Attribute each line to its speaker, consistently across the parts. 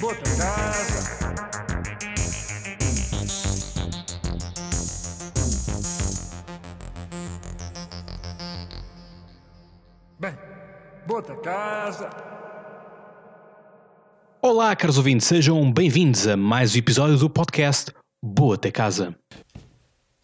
Speaker 1: Bota em casa. Bem, Bota em casa.
Speaker 2: Olá, caros ouvintes, sejam bem-vindos a mais um episódio do podcast Boa Até Casa.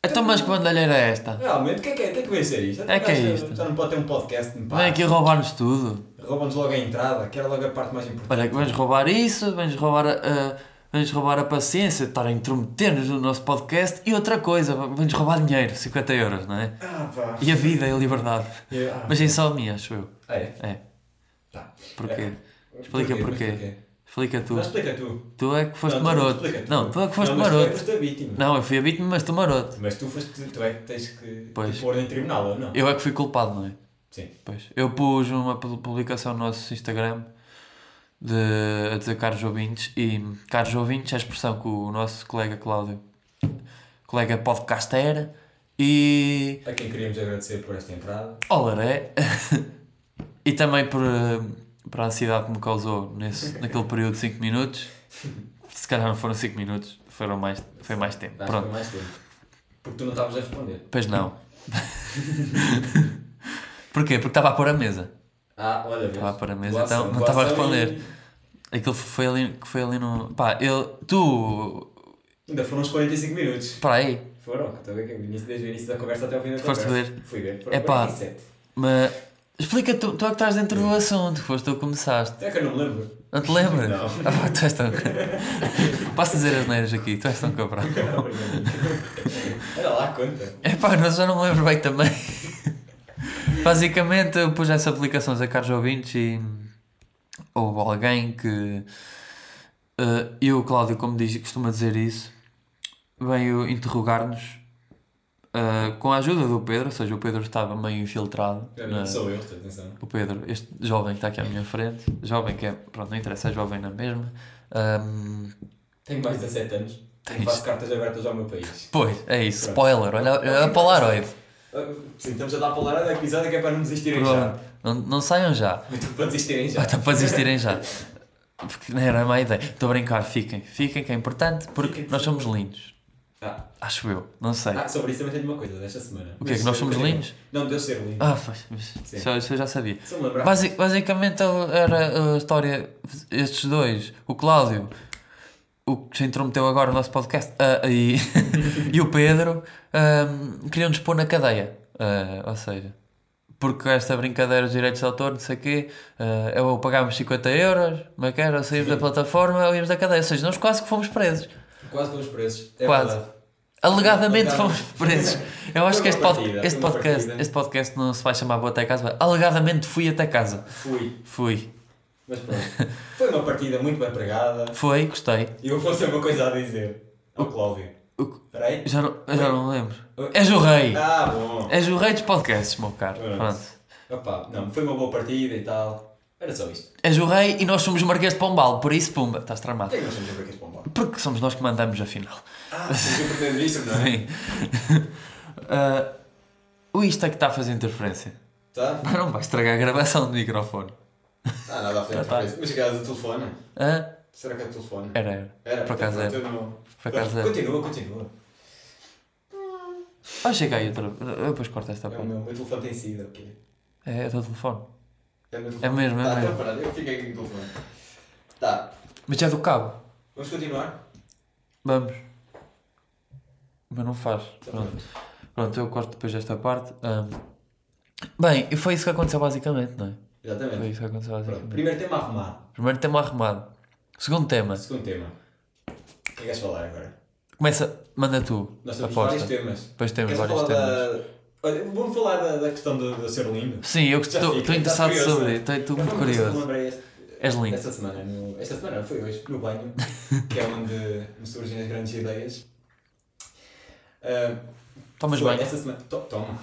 Speaker 3: Então, mas que bandalheira é esta?
Speaker 4: Realmente, o que é que, é, o que é que vai ser isto?
Speaker 3: É que é
Speaker 4: Já-
Speaker 3: isto.
Speaker 4: Já não pode ter um podcast, pá.
Speaker 3: Vem aqui roubar-nos tudo.
Speaker 4: Roubam-nos logo a entrada, que era logo a parte mais importante.
Speaker 3: Olha, que vens roubar isso, vens roubar a, a- vens roubar a paciência de estar a intrometer-nos no nosso podcast e outra coisa, vens roubar dinheiro, 50 euros, não é?
Speaker 4: Ah, pá.
Speaker 3: E a vida e a liberdade.
Speaker 4: E- ah.
Speaker 3: Mas é só a minha, acho eu.
Speaker 4: É,
Speaker 3: É.
Speaker 4: tá.
Speaker 3: Porquê?
Speaker 4: É.
Speaker 3: Explica
Speaker 4: Mas
Speaker 3: porquê. Explica tu.
Speaker 4: Não, explica tu.
Speaker 3: Tu é que foste
Speaker 4: Não, tu-
Speaker 3: maroto.
Speaker 4: explica tu.
Speaker 3: Não, tu é que foste
Speaker 4: Não, mas tu é que
Speaker 3: maroto.
Speaker 4: foste a vítima.
Speaker 3: Não, eu fui a vítima, mas tu maroto.
Speaker 4: Mas tu foste, tu é que tens que
Speaker 3: Pois.
Speaker 4: te pôr em tribunal, ou não?
Speaker 3: Eu é que fui culpado, não é?
Speaker 4: Sim.
Speaker 3: Pois. Eu pus uma pu- publicação no nosso Instagram de, a dizer caros ouvintes e caros ouvintes é a expressão que o nosso colega Cláudio, colega podcaster e
Speaker 4: A quem queríamos agradecer por esta entrada.
Speaker 3: Olaré e também por, eh, por a ansiedade que me causou nesse, naquele período de 5 minutos. Se calhar não foram 5 minutos, foram mais, foi mais tempo.
Speaker 4: Dás para
Speaker 3: Pronto.
Speaker 4: mais tempo. Porque tu não estavas a responder.
Speaker 3: Pois não. Porquê? Porque estava a pôr a mesa.
Speaker 4: Ah, olha, vês.
Speaker 3: Estava para a mesa,
Speaker 4: Boa ação,
Speaker 3: então não
Speaker 4: boa
Speaker 3: estava a
Speaker 4: ação e-
Speaker 3: responder. Aquilo foi ali, que foi ali no. Pá, ele. Tu.
Speaker 4: Ainda foram uns 45 minutos.
Speaker 3: Para aí.
Speaker 4: Foram, estou a ver que o início, desde o início da conversa até ao fim da
Speaker 3: Foste
Speaker 4: conversa.
Speaker 3: ver?
Speaker 4: Fui ver. Foram
Speaker 3: Epá.
Speaker 4: 47.
Speaker 3: Mas. Explica, tu, tu é que estás dentro do assunto, foste tu que começaste.
Speaker 4: Até que eu não me lembro.
Speaker 3: Não te lembras?
Speaker 4: Não.
Speaker 3: Ah, pá, tu és tão. Posso dizer as neiras aqui, tu és tão cabrão.
Speaker 4: Olha lá, conta.
Speaker 3: É pá, mas eu não me lembro bem também. Basicamente, eu pus essa aplicação a caros ouvintes e houve alguém que. eh, eu, Cláudio, como diz, costuma dizer isso, veio interrogar-nos eh, com a ajuda do Pedro, ou seja, o Pedro estava meio infiltrado.
Speaker 4: Eu
Speaker 3: na-
Speaker 4: não sou eu, atenção.
Speaker 3: o Pedro, este jovem que está aqui à minha frente, jovem que é, pronto, não interessa, é jovem na mesma. ehm, Ahm,
Speaker 4: Tenho mais de 17 anos.
Speaker 3: Tens.
Speaker 4: Faço cartas abertas ao meu país.
Speaker 3: pois, é isso,
Speaker 4: Pronto.
Speaker 3: spoiler, olha, olha a Polaroid.
Speaker 4: Ah, Sim, estamos a dar para lá da episódio que é para não desistirem
Speaker 3: Pronto,
Speaker 4: já.
Speaker 3: não, não saiam já.
Speaker 4: Muito para desistirem já.
Speaker 3: Ah, Então, para desistirem já. Porque não era a má ideia. Estou a brincar, fiquem. Fiquem, que é importante, porque
Speaker 4: Fiquem.
Speaker 3: nós somos lindos.
Speaker 4: Ah,
Speaker 3: Acho eu, não sei.
Speaker 4: ah, sobre isso também tenho uma coisa desta semana.
Speaker 3: O quê? Que nós somos
Speaker 4: Continua.
Speaker 3: lindos?
Speaker 4: Não, deu ser lindo.
Speaker 3: Ah, pois, mas
Speaker 4: Sim.
Speaker 3: isso, eu- isso eu já sabia.
Speaker 4: Se eu me lembrar.
Speaker 3: Basi- basicamente ele- era uh, a história, estes dois, o Cláudio, o que se intrometeu agora no nosso podcast, ah, e, e o Pedro, ahm, queriam-nos pôr na cadeia. Ah, ou seja, porque esta brincadeira dos direitos de autor, não sei o quê, ah, é ou pagámos 50 euros, mas que era, ou saímos da plataforma ou íamos da cadeia. Ou seja, nós quase que fomos presos.
Speaker 4: Ah. Quase pelos preços. É
Speaker 3: Quase.
Speaker 4: verdade.
Speaker 3: Alegadamente
Speaker 4: Alegadamente.
Speaker 3: fomos presos. Eu acho
Speaker 4: Foi
Speaker 3: que
Speaker 4: uma
Speaker 3: este, pod-
Speaker 4: partida,
Speaker 3: este
Speaker 4: foi uma
Speaker 3: podcast,
Speaker 4: partida.
Speaker 3: este podcast não se vai chamar Boa até casa, vai- alegadamente fui até casa.
Speaker 4: Fui.
Speaker 3: Fui.
Speaker 4: Mas pronto. Foi uma partida muito bem pregada.
Speaker 3: Foi, gostei.
Speaker 4: E eu vou ter uma coisa a dizer. Ao Cláudio.
Speaker 3: O-
Speaker 4: Espera aí.
Speaker 3: Já não, eu já não me lembro. És o rei.
Speaker 4: Ah, bom.
Speaker 3: És o rei dos podcasts, meu caro.
Speaker 4: Pronto.
Speaker 3: Pronto.
Speaker 4: Opa, não, foi uma boa partida e tal. Era só isto.
Speaker 3: És o rei e nós somos Marquês de Pombal, por isso, pumba, estás
Speaker 4: O que
Speaker 3: tramado.
Speaker 4: é que nós temos a ver com este bombom?
Speaker 3: Porque somos nós que mandamos, afinal.
Speaker 4: Ah, somos o primeiro-ministro, não é?
Speaker 3: Sim. Ah, o isto é que está a fazer interferência.
Speaker 4: Tá?
Speaker 3: Mas Não vai estragar a gravação do microfone.
Speaker 4: Ah, nada a fazer.
Speaker 3: Tá, tá.
Speaker 4: Mas que era do telefone?
Speaker 3: Hã?
Speaker 4: Será que é do telefone?
Speaker 3: Ah, Era, era.
Speaker 4: Era,
Speaker 3: Por acaso
Speaker 4: portanto,
Speaker 3: era.
Speaker 4: eu não-
Speaker 3: Por acaso é. era.
Speaker 4: Continua, continua.
Speaker 3: Ah, chega aí outra. Eu depois corto esta
Speaker 4: É o
Speaker 3: parte.
Speaker 4: meu, o meu telefone tem sido, ok?
Speaker 3: É, é do telefone.
Speaker 4: É, o meu
Speaker 3: É
Speaker 4: telefone.
Speaker 3: mesmo, é
Speaker 4: Tá,
Speaker 3: mesmo.
Speaker 4: então parado, eu fiquei aqui com o telefone. Tá,
Speaker 3: Mas é do cabo.
Speaker 4: vamos continuar?
Speaker 3: Vamos. Mas não faz. Pronto. Pronto, eu corto depois desta parte. Ahm, Bem, e foi isso que aconteceu basicamente, não é? Foi
Speaker 4: Exatamente.
Speaker 3: isso que aconteceu
Speaker 4: Pronto,
Speaker 3: basicamente.
Speaker 4: primeiro tema arrumado.
Speaker 3: Primeiro tema arrumado. Segundo tema,
Speaker 4: Segundo tema. O que é que vais falar agora?
Speaker 3: começa, manda tu,
Speaker 4: Nós temos vários
Speaker 3: aposta.
Speaker 4: temas.
Speaker 3: Depois temos
Speaker 4: Queres
Speaker 3: vários
Speaker 4: falar
Speaker 3: temas.
Speaker 4: da... Olha, vamos falar da, da questão do, do ser lindo?
Speaker 3: Sim, eu
Speaker 4: Já
Speaker 3: estou
Speaker 4: fica,
Speaker 3: estou
Speaker 4: já
Speaker 3: interessado
Speaker 4: curioso,
Speaker 3: sobre
Speaker 4: né?
Speaker 3: isso, estou- estou
Speaker 4: Mas
Speaker 3: muito
Speaker 4: uma coisa que
Speaker 3: curioso.
Speaker 4: me lembrei este-
Speaker 3: És lindo.
Speaker 4: Esta semana, no- esta semana foi hoje, no banho, que é onde me surgem as grandes ideias. Ah,
Speaker 3: Tomas
Speaker 4: foi
Speaker 3: bem.
Speaker 4: Esta semana, to, tomo,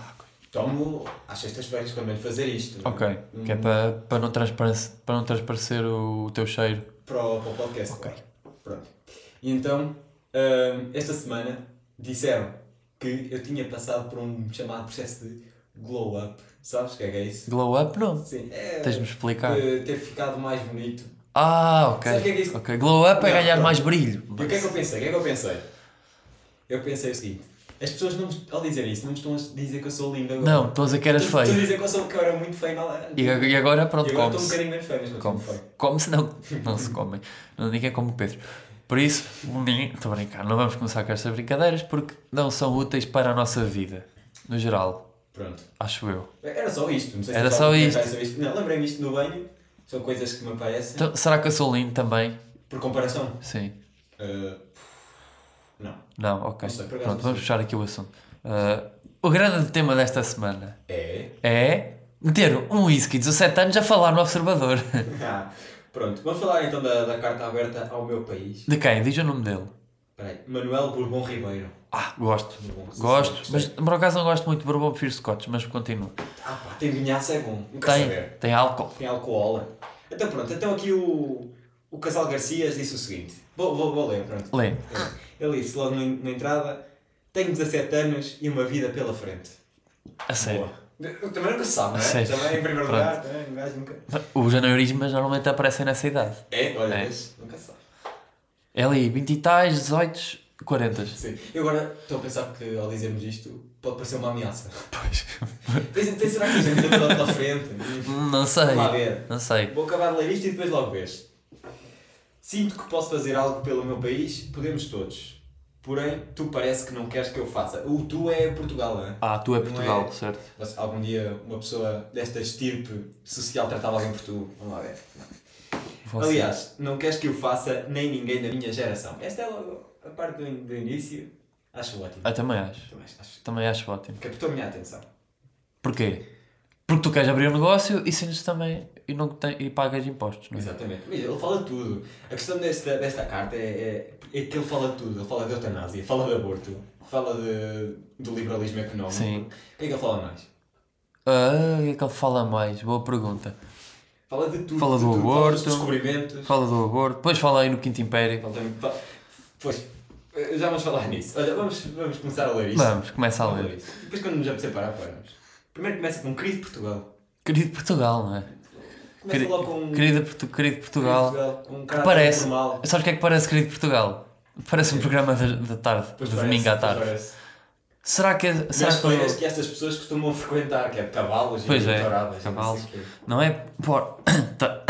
Speaker 4: tomo às sextas-feiras quando venho fazer isto.
Speaker 3: Ok,
Speaker 4: Hum,
Speaker 3: que é para, para, não transparecer, para não transparecer o teu cheiro.
Speaker 4: para, o, para o podcast. claro. Pronto. E então, ah, esta semana disseram que eu tinha passado por um chamado processo de glow up Sabes o que é que é isso?
Speaker 3: Glow up, não.
Speaker 4: Sim. É
Speaker 3: Tens-me explicar.
Speaker 4: de ter ficado mais bonito.
Speaker 3: Ah, ok.
Speaker 4: Sabe o que é que é isso?
Speaker 3: Ok, Glow up é
Speaker 4: Não,
Speaker 3: ganhar
Speaker 4: não.
Speaker 3: mais brilho.
Speaker 4: E o que é que eu pensei? O que é que eu pensei? Eu pensei o seguinte: as pessoas, não, me- ao dizer isso, não me estão a dizer que eu sou lindo agora.
Speaker 3: Não, estou a dizer que eras
Speaker 4: Estão a
Speaker 3: feio.
Speaker 4: dizer que eu, sou, que eu era muito feio na altura.
Speaker 3: E ag- e agora,
Speaker 4: E
Speaker 3: pronto,
Speaker 4: agora estou um
Speaker 3: come-se.
Speaker 4: bocadinho menos feio, mas não
Speaker 3: Come.
Speaker 4: como feio.
Speaker 3: Come-se não. Não se comem. Não, ninguém come o Pedro. Por isso, ninguém- estou a brincar. Não vamos começar com estas brincadeiras porque não são úteis para a nossa vida. No geral,
Speaker 4: Pronto.
Speaker 3: acho eu.
Speaker 4: Era só isto. Não sei se
Speaker 3: Era
Speaker 4: já
Speaker 3: só
Speaker 4: tinha
Speaker 3: isto.
Speaker 4: pensado sobre Não, lembrei-me isto no banho. São coisas que me aparecem.
Speaker 3: Então, será que eu sou lindo também?
Speaker 4: Por comparação.
Speaker 3: Sim.
Speaker 4: eh, não.
Speaker 3: Não, ok.
Speaker 4: Não sei, por acaso
Speaker 3: Pronto,
Speaker 4: não
Speaker 3: vamos fechar aqui o assunto. Ah, o grande tema desta semana
Speaker 4: É.
Speaker 3: é meter um whisky de 17 anos a falar no observador.
Speaker 4: Ah, Pronto. Vamos falar então da, da carta aberta ao meu país.
Speaker 3: De quem? Diz o nome dele.
Speaker 4: Peraí. Manuel Bourbon Ribeiro.
Speaker 3: Ah, gosto.
Speaker 4: Bom, sim,
Speaker 3: Gosto,
Speaker 4: sim,
Speaker 3: mas
Speaker 4: sim.
Speaker 3: por acaso não gosto muito de Bourbon Prefiro Scotch, mas continuo.
Speaker 4: Ah pá, tem vinhaça é bom. Não quero saber.
Speaker 3: Tem, tem álcool.
Speaker 4: Tem alcool. é Então pronto, então aqui o, o Casal Garcias disse o seguinte. Vou, vou, vou ler, pronto. Ah.
Speaker 3: Lê.
Speaker 4: Ele disse logo na, na entrada, tenho 17 anos e uma vida pela frente.
Speaker 3: A sério.
Speaker 4: Boa. Também nunca se sabe, não é?
Speaker 3: Sério.
Speaker 4: Também em primeiro
Speaker 3: Pronto.
Speaker 4: lugar, também, um gajo nunca...
Speaker 3: Os aneurismas normalmente aparecem nessa idade.
Speaker 4: É, olha,
Speaker 3: É.
Speaker 4: mas nunca se sabe.
Speaker 3: É ali, 20 e tais, 18, 40.
Speaker 4: Sim. Eu agora estou a pensar que ao dizermos isto pode parecer uma ameaça.
Speaker 3: Pois.
Speaker 4: Pensa- pensa, Será que tens a vida pela, pela frente?
Speaker 3: Hum, Não sei.
Speaker 4: Vamos lá ver.
Speaker 3: Não sei.
Speaker 4: Vou acabar de ler isto e depois logo vês. Sinto que posso fazer algo pelo meu país, podemos todos. Porém, tu parece que não queres que eu faça. O tu é Portugal, não é?
Speaker 3: Ah, tu é
Speaker 4: Não
Speaker 3: Portugal, certo?
Speaker 4: Mas algum dia uma pessoa desta estirpe social tratava alguém por tu. Vamos lá ver.
Speaker 3: Você.
Speaker 4: Aliás, não queres que eu faça nem ninguém da minha geração. Esta é logo a parte do, in- do início. Acho ótimo.
Speaker 3: Ah, também acho.
Speaker 4: Também acho.
Speaker 3: Também acho ótimo.
Speaker 4: Captou a minha atenção.
Speaker 3: Porquê? Porque tu queres abrir um negócio e sentes também e, não tem, e pagas impostos, não é?
Speaker 4: Exatamente. Mas ele fala de tudo. A questão desta, desta carta é, é, é que ele fala de tudo. Ele fala de eutanásia, fala de aborto, fala de, do liberalismo económico.
Speaker 3: Sim.
Speaker 4: O que é que ele fala mais?
Speaker 3: Ah, o que é que ele fala mais? Boa pergunta.
Speaker 4: Fala de tudo.
Speaker 3: Fala
Speaker 4: de
Speaker 3: do
Speaker 4: tudo.
Speaker 3: aborto.
Speaker 4: Fala dos descobrimentos.
Speaker 3: Fala do aborto, depois fala aí no Quinto Império.
Speaker 4: Fala também- fala- Pois, eh, já vamos falar nisso. Olha, vamos, vamos começar a ler isto.
Speaker 3: Vamos, começa a
Speaker 4: Vamos
Speaker 3: ler.
Speaker 4: ler isto. Depois, quando nos vamos parar, paramos. Primeiro começa com Querido Portugal.
Speaker 3: Querido Portugal, não é?
Speaker 4: Começa
Speaker 3: Queri-
Speaker 4: logo com
Speaker 3: Querido, Portu- querido Portugal.
Speaker 4: com um cara
Speaker 3: Parece.
Speaker 4: normal.
Speaker 3: Sabes o que é que parece, querido Portugal? Parece um programa da, da tarde, de domingo à tarde. Será que é. Será
Speaker 4: Nas
Speaker 3: que
Speaker 4: feiras que estas pessoas costumam frequentar, que é de cavalos
Speaker 3: Pois
Speaker 4: e
Speaker 3: é,
Speaker 4: touradas. e não
Speaker 3: cavalos.
Speaker 4: sei o quê.
Speaker 3: Não é. Por... ta-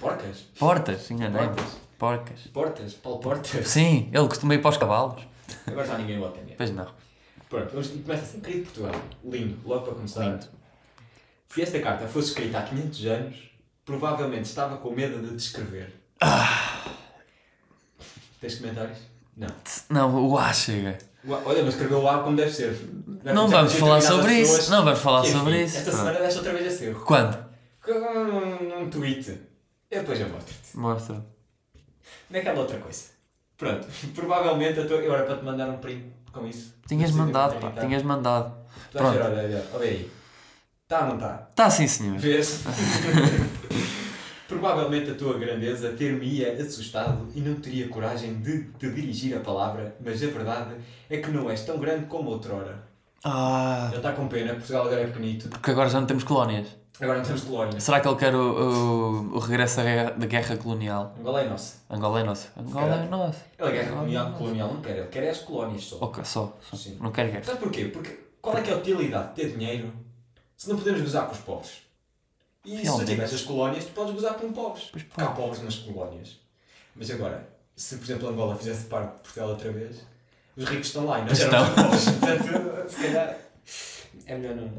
Speaker 4: Porcas?
Speaker 3: Portas, enganei.
Speaker 4: Portas.
Speaker 3: é? Porcas.
Speaker 4: Portas? Paulo Portas?
Speaker 3: Sim, ele costuma ir para os cavalos.
Speaker 4: Agora já ninguém bota nele.
Speaker 3: Pois não.
Speaker 4: Pronto, vamos, começa assim. Querido Portugal, lindo, logo para começar.
Speaker 3: Lindo.
Speaker 4: Se esta carta fosse escrita há 500 anos, provavelmente estava com medo de descrever.
Speaker 3: Ah.
Speaker 4: Tens comentários? Não.
Speaker 3: Não, o A chega.
Speaker 4: Ua- Olha, mas escreveu o A como deve ser. Já
Speaker 3: Não
Speaker 4: começamos
Speaker 3: vamos
Speaker 4: a
Speaker 3: falar
Speaker 4: determinadas
Speaker 3: sobre isso,
Speaker 4: pessoas.
Speaker 3: não vamos falar
Speaker 4: Enfim,
Speaker 3: sobre isso. Ah.
Speaker 4: Esta
Speaker 3: Pronto.
Speaker 4: semana deste outra vez a ser.
Speaker 3: Quando?
Speaker 4: Com um, um tweet. Eu depois eu mostro-te.
Speaker 3: Mostra.
Speaker 4: Naquela outra coisa. Pronto, provavelmente eu estou agora para te mandar um print com isso.
Speaker 3: Tinhas
Speaker 4: Não sei se eu
Speaker 3: mandado,
Speaker 4: vou
Speaker 3: pá,
Speaker 4: tentar.
Speaker 3: tinhas mandado.
Speaker 4: Tu vais ver,
Speaker 3: Pronto.
Speaker 4: Olha, olha, olha aí. Está ou não está?
Speaker 3: Tá sim, senhor.
Speaker 4: Vês? provavelmente a tua grandeza ter-me-ia assustado e não teria coragem de te dirigir a palavra, mas a verdade é que não és tão grande como outrora.
Speaker 3: Ah.
Speaker 4: Ele está com pena, Portugal agora é pequenito.
Speaker 3: Porque agora já não temos colónias.
Speaker 4: Agora não temos colónia.
Speaker 3: Será que ele quer o, o, o regresso à guerra- da guerra colonial?
Speaker 4: Angola é nossa.
Speaker 3: Angola é nossa. Angola é
Speaker 4: calhar.
Speaker 3: nossa.
Speaker 4: Ele é guerra
Speaker 3: Angola
Speaker 4: colonial,
Speaker 3: nossa.
Speaker 4: colonial não quer, ele quer é as colónias só.
Speaker 3: Ok, só. só.
Speaker 4: Sim.
Speaker 3: Não quero guerra.
Speaker 4: Sabe porquê? Porque qual é que é a utilidade de ter dinheiro se não podemos gozar com os pobres? E se
Speaker 3: Realmente.
Speaker 4: tu tiveres as colónias, tu podes gozar com pobres.
Speaker 3: Pois
Speaker 4: Porque há pobres nas colónias. Mas agora, se por exemplo Angola fizesse parte de Portugal outra vez, os ricos estão lá e nós
Speaker 3: Pois
Speaker 4: éramos
Speaker 3: estão.
Speaker 4: pobres. Portanto, se calhar é melhor, não,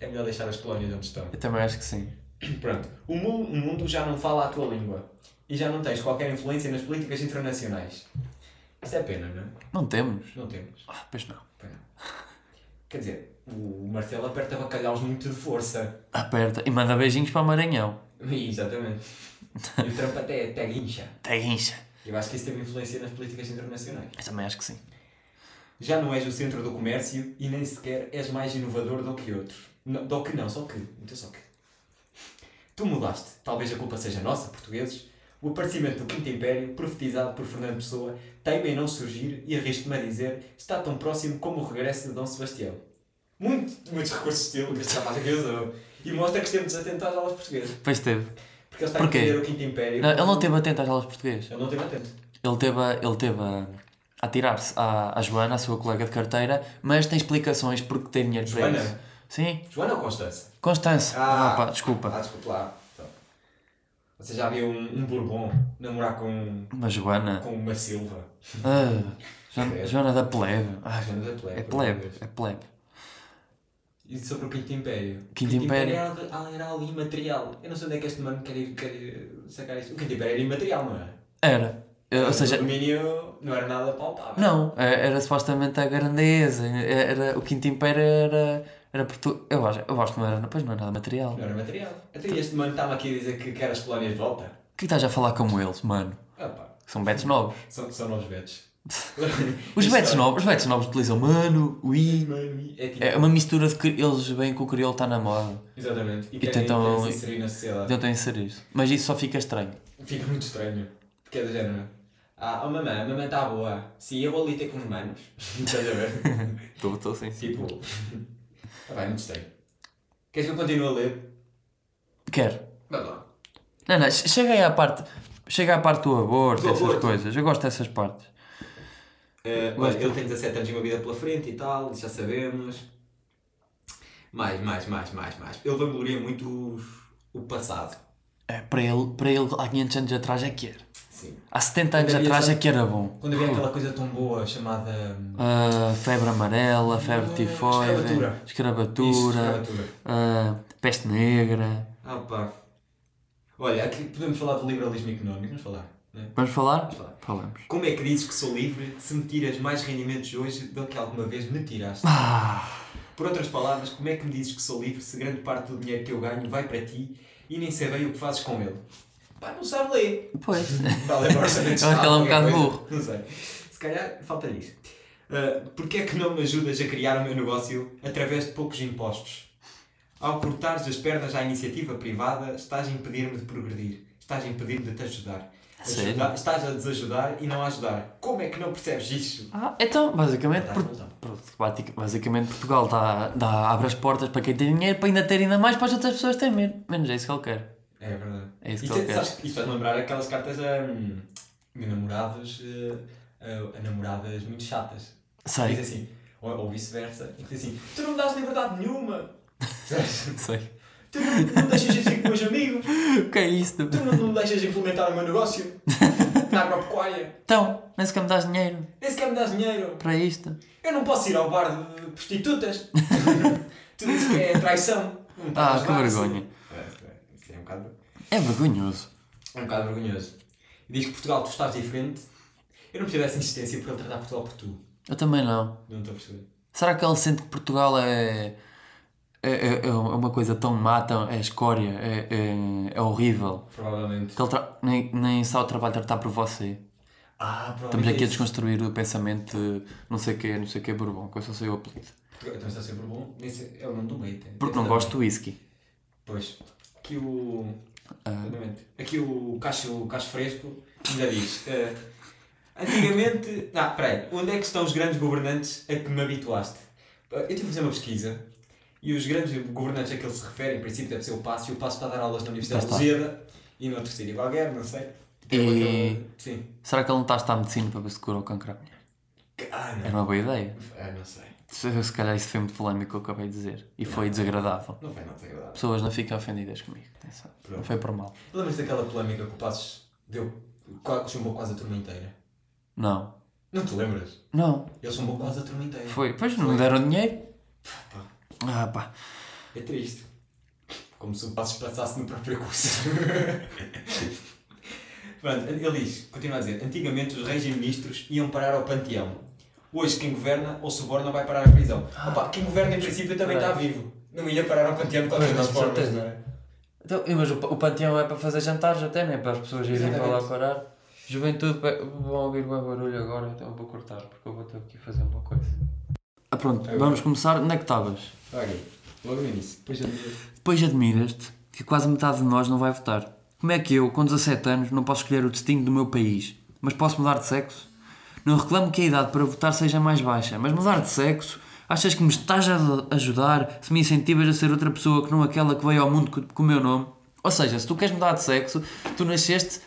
Speaker 4: é melhor deixar as colónias onde estão.
Speaker 3: Eu também acho que sim.
Speaker 4: Pronto. O mu- o mundo já não fala a tua língua e já não tens qualquer influência nas políticas internacionais. Isto é pena, não é?
Speaker 3: Não temos.
Speaker 4: Não temos.
Speaker 3: Ah, pois não.
Speaker 4: Pois não. Tá. Quer dizer, o Marcelo aperta bacalhaus muito de força.
Speaker 3: Aperta e manda beijinhos para o Maranhão.
Speaker 4: Exatamente. E o Trump até, até guincha.
Speaker 3: Até guincha.
Speaker 4: Eu acho que isso teve influência nas políticas internacionais.
Speaker 3: Eu também acho que sim.
Speaker 4: Já não és o centro do comércio e nem sequer és mais inovador do que outros. Não, do que não, só que. Então só que. Tu mudaste. Talvez a culpa seja nossa, portugueses. O aparecimento do Quinto Império, profetizado por Fernando Pessoa, teima em não surgir e arrisco-me a dizer está tão próximo como o regresso de Dom Sebastião. muito, muitos recursos de estilo que este rapaz aqui usou. E mostra que esteve desatentado às aulas portuguesas.
Speaker 3: Pois teve.
Speaker 4: Porque ele está
Speaker 3: Porquê?
Speaker 4: a entender o Quinto Império.
Speaker 3: Não, ele não teve atento às aulas portuguesas.
Speaker 4: Ele não teve atento.
Speaker 3: Ele teve a, ele teve a, a tirar-se à, à Joana, a sua colega de carteira, mas tem explicações porque tem dinheiro
Speaker 4: Joana?
Speaker 3: para isso. Sim,
Speaker 4: Joana ou Constância?
Speaker 3: Constância. Ah,
Speaker 4: Ah.
Speaker 3: pá, desculpa.
Speaker 4: Ah, desculpa lá. Então, você já viu um, um Bourbon namorar com,
Speaker 3: Mas Joana.
Speaker 4: com uma Silva?
Speaker 3: Ah, Joana, Joana da Plebe. Ah,
Speaker 4: Joana da Plebe,
Speaker 3: É
Speaker 4: por
Speaker 3: Plebe,
Speaker 4: Deus.
Speaker 3: é Plebe.
Speaker 4: E sobre o Quinto Império? O
Speaker 3: Quinto
Speaker 4: era, ali- era ali imaterial. Eu não sei onde é que este mano quer ir, quer ir sacar isto. O Quinto Império era imaterial, não era?
Speaker 3: Era. Eh, Ou seja,
Speaker 4: O domínio não era nada palpável.
Speaker 3: Não, é- era supostamente a grandeza. eh, Era, o Quinto Império era. era Portu... eu, acho, eu acho que não era. Pois não é nada material.
Speaker 4: Não era material. Até este mano estava aqui a dizer que quer as colónias de volta.
Speaker 3: que estás a falar como eles, mano?
Speaker 4: Opa,
Speaker 3: São betos novos.
Speaker 4: são, são novos betos.
Speaker 3: Os
Speaker 4: é.
Speaker 3: betos novos, os betos novos utilizam mano, ui.
Speaker 4: Mano, é tipo...
Speaker 3: É uma mistura de que eles veem que o crioulo está na moda.
Speaker 4: Exatamente. E,
Speaker 3: E
Speaker 4: querem
Speaker 3: tentam-
Speaker 4: se inserir na sociedade.
Speaker 3: Tentam inserir isso. Mas isso só fica estranho.
Speaker 4: Fica muito estranho. Porque é do género. Ah, oh mamãe, a mamãe está boa. Sim, eu vou ali ter com os manos. Estás a ver?
Speaker 3: Estou, estou sensível.
Speaker 4: tipo... Ah, vai, muito estranho. Queres que eu continue a ler?
Speaker 3: Quero.
Speaker 4: Vamos lá.
Speaker 3: Não, não, che- chega aí à parte. Chega à parte do aborto,
Speaker 4: Do
Speaker 3: essas
Speaker 4: aborto.
Speaker 3: coisas. Eu gosto dessas partes.
Speaker 4: Eh,
Speaker 3: Gosto.
Speaker 4: olha, ele tem 17 anos e uma vida pela frente e tal, isso já sabemos. Mais, mais, mais, mais, mais. Ele vangloria muito os- o passado.
Speaker 3: É, para, ele, para ele, há 500 anos atrás é que era.
Speaker 4: Sim.
Speaker 3: Há 70 anos
Speaker 4: Havia
Speaker 3: atrás
Speaker 4: já-
Speaker 3: é que era bom.
Speaker 4: Quando havia aquela coisa tão boa chamada. hum,
Speaker 3: Ah, febre amarela, febre
Speaker 4: Ah,
Speaker 3: tifoide,
Speaker 4: escravatura. Isso,
Speaker 3: escravatura,
Speaker 4: escravatura.
Speaker 3: ah, peste negra.
Speaker 4: Ah, pá. Olha, aqui podemos falar do liberalismo económico, vamos falar. né?
Speaker 3: Vamos falar?
Speaker 4: falar.
Speaker 3: Falamos.
Speaker 4: Como é que dizes que sou livre se me tiras mais rendimentos hoje do que alguma vez me tiraste?
Speaker 3: Ah,
Speaker 4: Por outras palavras, como é que me dizes que sou livre se grande parte do dinheiro que eu ganho vai para ti e nem sei bem o que fazes com ele? Pá, não sabe ler.
Speaker 3: pois.
Speaker 4: Vale, agora saber
Speaker 3: Eu acho que ele é um
Speaker 4: qualquer
Speaker 3: bocado
Speaker 4: coisa.
Speaker 3: burro.
Speaker 4: Não sei. Se calhar falta-lhe isso. Ah, Porquê é que não me ajudas a criar o meu negócio através de poucos impostos? Ao cortares as pernas à iniciativa privada, estás a impedir-me de progredir. Estás a impedir-me de te ajudar.
Speaker 3: sério?
Speaker 4: Ajudar- Estás a desajudar e não a ajudar. Como é que não percebes isso? Tá,
Speaker 3: Ah, então, basicamente,
Speaker 4: Dá-te
Speaker 3: por-
Speaker 4: razão.
Speaker 3: pronto, basic- basicamente Portugal dá, dá, abre as portas para quem tem dinheiro para ainda ter ainda mais para as outras pessoas terem menos. Menos é isso que ele quer.
Speaker 4: É verdade.
Speaker 3: É isso que
Speaker 4: Isto,
Speaker 3: ele
Speaker 4: é-
Speaker 3: quer.
Speaker 4: sabes, isto faz lembrar aquelas cartas a, hum, a namorados, eh, a- a namoradas muito chatas. Diz
Speaker 3: Sei,
Speaker 4: assim, ou, ou vice-versa, e diz assim: Tu não me dás liberdade nenhuma, tu
Speaker 3: sei.
Speaker 4: não, não me deixas ir com os meus amigos,
Speaker 3: O que é isso?
Speaker 4: tu não, não me deixas implementar o meu negócio na agropecuária,
Speaker 3: Então, nem sequer me dás dinheiro
Speaker 4: nem sequer me dás dinheiro,
Speaker 3: para isto.
Speaker 4: eu não posso ir ao bar de prostitutas, tu dizes que é traição. Não me
Speaker 3: Ah,
Speaker 4: pagas
Speaker 3: que
Speaker 4: nada, assim.
Speaker 3: vergonha.
Speaker 4: É, é, Isso é um bocado,
Speaker 3: É vergonhoso.
Speaker 4: é um bocado vergonhoso. E diz que Portugal, tu estás diferente, eu não percebo essa insistência por ele tratar Portugal por tu,
Speaker 3: Eu também não.
Speaker 4: não estou a perceber.
Speaker 3: Será que ele sente que Portugal é, é, é- é uma coisa tão má, tão, é escória, é, é, é horrível?
Speaker 4: Provavelmente.
Speaker 3: Que ele tra- nem, nem só o trabalho tratar por você.
Speaker 4: Ah, provavelmente.
Speaker 3: Estamos
Speaker 4: é
Speaker 3: aqui a
Speaker 4: isso.
Speaker 3: desconstruir o pensamento de não sei o que, não sei o que, Bourbon, que eu só sei o apelido.
Speaker 4: Portugal então está sempre bom. Nem sei- é o nome do meio. até.
Speaker 3: Porque não
Speaker 4: Até-
Speaker 3: gosto de whisky.
Speaker 4: Pois. Aqui o.
Speaker 3: Ah.
Speaker 4: Exatamente. Aqui o cacho, o cacho fresco ainda diz. eh, antigamente. Ah, peraí. Onde é que estão os grandes governantes a que me habituaste? Eh, Eu tive a fazer uma pesquisa e os grandes governantes a que ele se refere, em princípio, deve ser o Passo. E o Passo está a dar aulas na Universidade de
Speaker 3: Está,
Speaker 4: Lusíada e no outro sítio qualquer, não sei. Tipo, é
Speaker 3: E-
Speaker 4: Tem aquele- Sim.
Speaker 3: Será que ele não está a estudar medicina para ver se cura o cancro à mulher?
Speaker 4: Ah,
Speaker 3: Era
Speaker 4: não.
Speaker 3: É uma boa ideia.
Speaker 4: Ah, não sei.
Speaker 3: Se se calhar isso foi muito polémico que eu acabei de dizer. E foi desagradável.
Speaker 4: Não foi nada desagradável.
Speaker 3: Pessoas não ficam ofendidas comigo. atenção. Não foi por mal.
Speaker 4: Lembras daquela polémica que o Passos deu, qua- chumbou quase a turma inteira?
Speaker 3: Não.
Speaker 4: Não te lembras?
Speaker 3: Não.
Speaker 4: Ele chumbou quase a turma inteira.
Speaker 3: Foi. Pois não me deram dinheiro.
Speaker 4: Pá,
Speaker 3: Ah pá.
Speaker 4: é triste. Como se o Passos passasse no próprio curso. Pronto, ele diz, continua a dizer, antigamente os reis e ministros iam parar ao panteão. Hoje quem governa ou suborna vai parar à prisão. Opa, quem governa em princípio também está vivo. Não ia parar ao panteão de qualquer
Speaker 3: Pois,
Speaker 4: das
Speaker 3: com
Speaker 4: formas,
Speaker 3: certeza.
Speaker 4: não é?
Speaker 3: Então, e mas o, pa- o panteão é para fazer jantares até, não é para as pessoas irem
Speaker 4: Exatamente.
Speaker 3: para lá parar. Juventude, pe- vão ouvir bem barulho agora, então eu vou cortar, porque eu vou ter que fazer uma coisa. Ah, pronto, vamos começar. Onde é que estavas?
Speaker 4: Ok, logo no início. Depois eu
Speaker 3: Depois admiras-te que quase metade de nós não vai votar. Como é que eu, com 17 anos, não posso escolher o destino do meu país, mas posso mudar de sexo? Não reclamo que a idade para votar seja mais baixa, mas mudar de sexo Achas que me estás a ajudar se me incentivas a ser outra pessoa que não aquela que veio ao mundo co- com o meu nome? Ou seja, se tu queres mudar de sexo, tu nasceste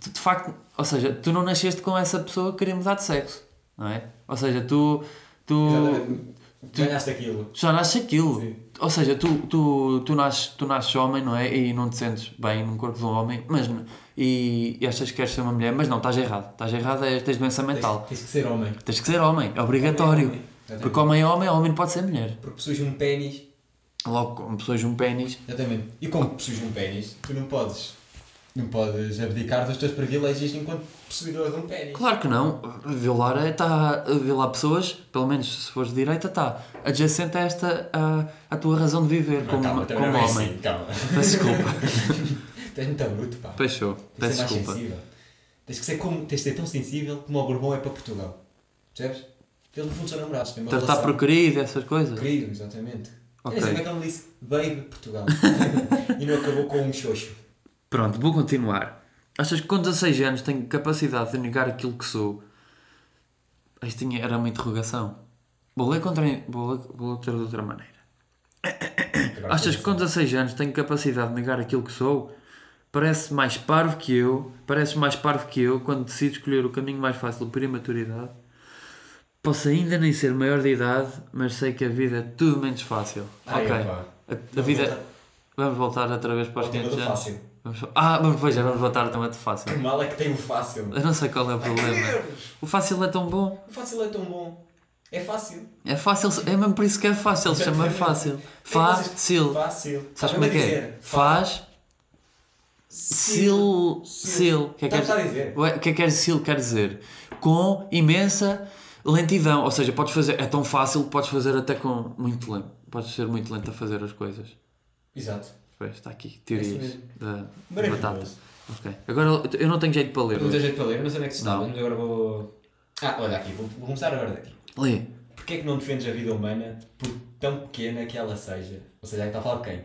Speaker 3: tu, de facto, ou seja, tu não nasceste com essa pessoa que queria mudar de sexo, não é? Ou seja, tu, tu,
Speaker 4: Exatamente. Ganhaste aquilo.
Speaker 3: tu já nasces aquilo.
Speaker 4: Sim.
Speaker 3: Ou seja, tu, tu, tu, nasces, tu nasces homem, não é? E não te sentes bem no corpo de um homem, mas, n- e, e achas que queres ser uma mulher, mas não, estás errado. Estás errado, é, tens doença mental.
Speaker 4: Tens que ser homem.
Speaker 3: Tens que ser homem, é obrigatório.
Speaker 4: Homem é homem, exatamente.
Speaker 3: Porque homem é homem, homem não pode ser mulher.
Speaker 4: Porque possuis um pênis.
Speaker 3: Logo, como pessoas um pênis,
Speaker 4: Exatamente. E como possuis um pênis, tu não podes. Não podes abdicar dos teus privilégios enquanto possuidor de um pênis.
Speaker 3: Claro que não. Violar é tá, violar pessoas, pelo menos se fores de direita, está adjacente a esta a, a tua razão de viver como,
Speaker 4: calma, também
Speaker 3: como
Speaker 4: não é
Speaker 3: homem.
Speaker 4: assim, calma.
Speaker 3: Peço desculpa.
Speaker 4: Tens muito bruto, pá. Tens
Speaker 3: Fechou.
Speaker 4: que ser
Speaker 3: Peço
Speaker 4: é mais
Speaker 3: desculpa.
Speaker 4: sensível. Tens que ser, como, tens de ser tão sensível como o Bourbon é para Portugal. Percebes? Eles no fundo são namorados, têm uma
Speaker 3: Tratar
Speaker 4: relação.
Speaker 3: por querido, essas coisas.
Speaker 4: Querido, exatamente.
Speaker 3: Então tá Ok.
Speaker 4: Eu não sei como é que ela disse Baby Portugal. e não acabou com um xoxo.
Speaker 3: Pronto, vou continuar. Achas que com 16 anos tenho capacidade de negar aquilo que sou? Isto tinha, era uma interrogação. Vou ler, contra, vou ler, vou ler de outra maneira.
Speaker 4: Agora
Speaker 3: Achas que com 16 anos tenho capacidade de negar aquilo que sou? Parece mais parvo que eu, parece mais parvo que eu quando decido escolher o caminho mais fácil por imaturidade. Posso ainda nem ser maior de idade, mas sei que a vida é tudo menos fácil.
Speaker 4: Ai,
Speaker 3: ok.
Speaker 4: opa.
Speaker 3: A, a
Speaker 4: Vamos
Speaker 3: vida.
Speaker 4: voltar.
Speaker 3: Vamos voltar outra vez para os
Speaker 4: Ao um tema
Speaker 3: 500
Speaker 4: do
Speaker 3: anos.
Speaker 4: fácil.
Speaker 3: Vamos... fa- Ah, vamos, pois é, vamos voltar ao tema do
Speaker 4: Que
Speaker 3: fácil.
Speaker 4: mal é que tem o fácil.
Speaker 3: Eu não sei qual é o problema. O fácil é tão bom.
Speaker 4: O fácil é tão bom. É fácil.
Speaker 3: É fácil, é mesmo por isso que é fácil, se chama fácil. Fácil.
Speaker 4: Fácil.
Speaker 3: Sabes como é que é? Faz. Sil. Sil. O que é que
Speaker 4: Estás a
Speaker 3: quer
Speaker 4: dizer?
Speaker 3: Ué, o que é que quer sil quer dizer? Com imensa lentidão. Ou seja, podes fazer. É tão fácil, podes fazer até com muito lento. Podes ser muito lento a fazer as coisas.
Speaker 4: Exato.
Speaker 3: Pois, está aqui.
Speaker 4: É
Speaker 3: Teorias
Speaker 4: isso mesmo.
Speaker 3: da, da batata.
Speaker 4: Maravilhoso.
Speaker 3: Ok. Agora eu- eu não tenho jeito para ler.
Speaker 4: Não tem
Speaker 3: hoje.
Speaker 4: jeito para ler, não sei onde é que se está,
Speaker 3: Não.
Speaker 4: mas agora vou. Ah, olha aqui, vou, vou começar agora daqui.
Speaker 3: Lê.
Speaker 4: Porquê é que não defendes a vida humana por tão pequena que ela seja? Ou seja, é que está a falar de quem?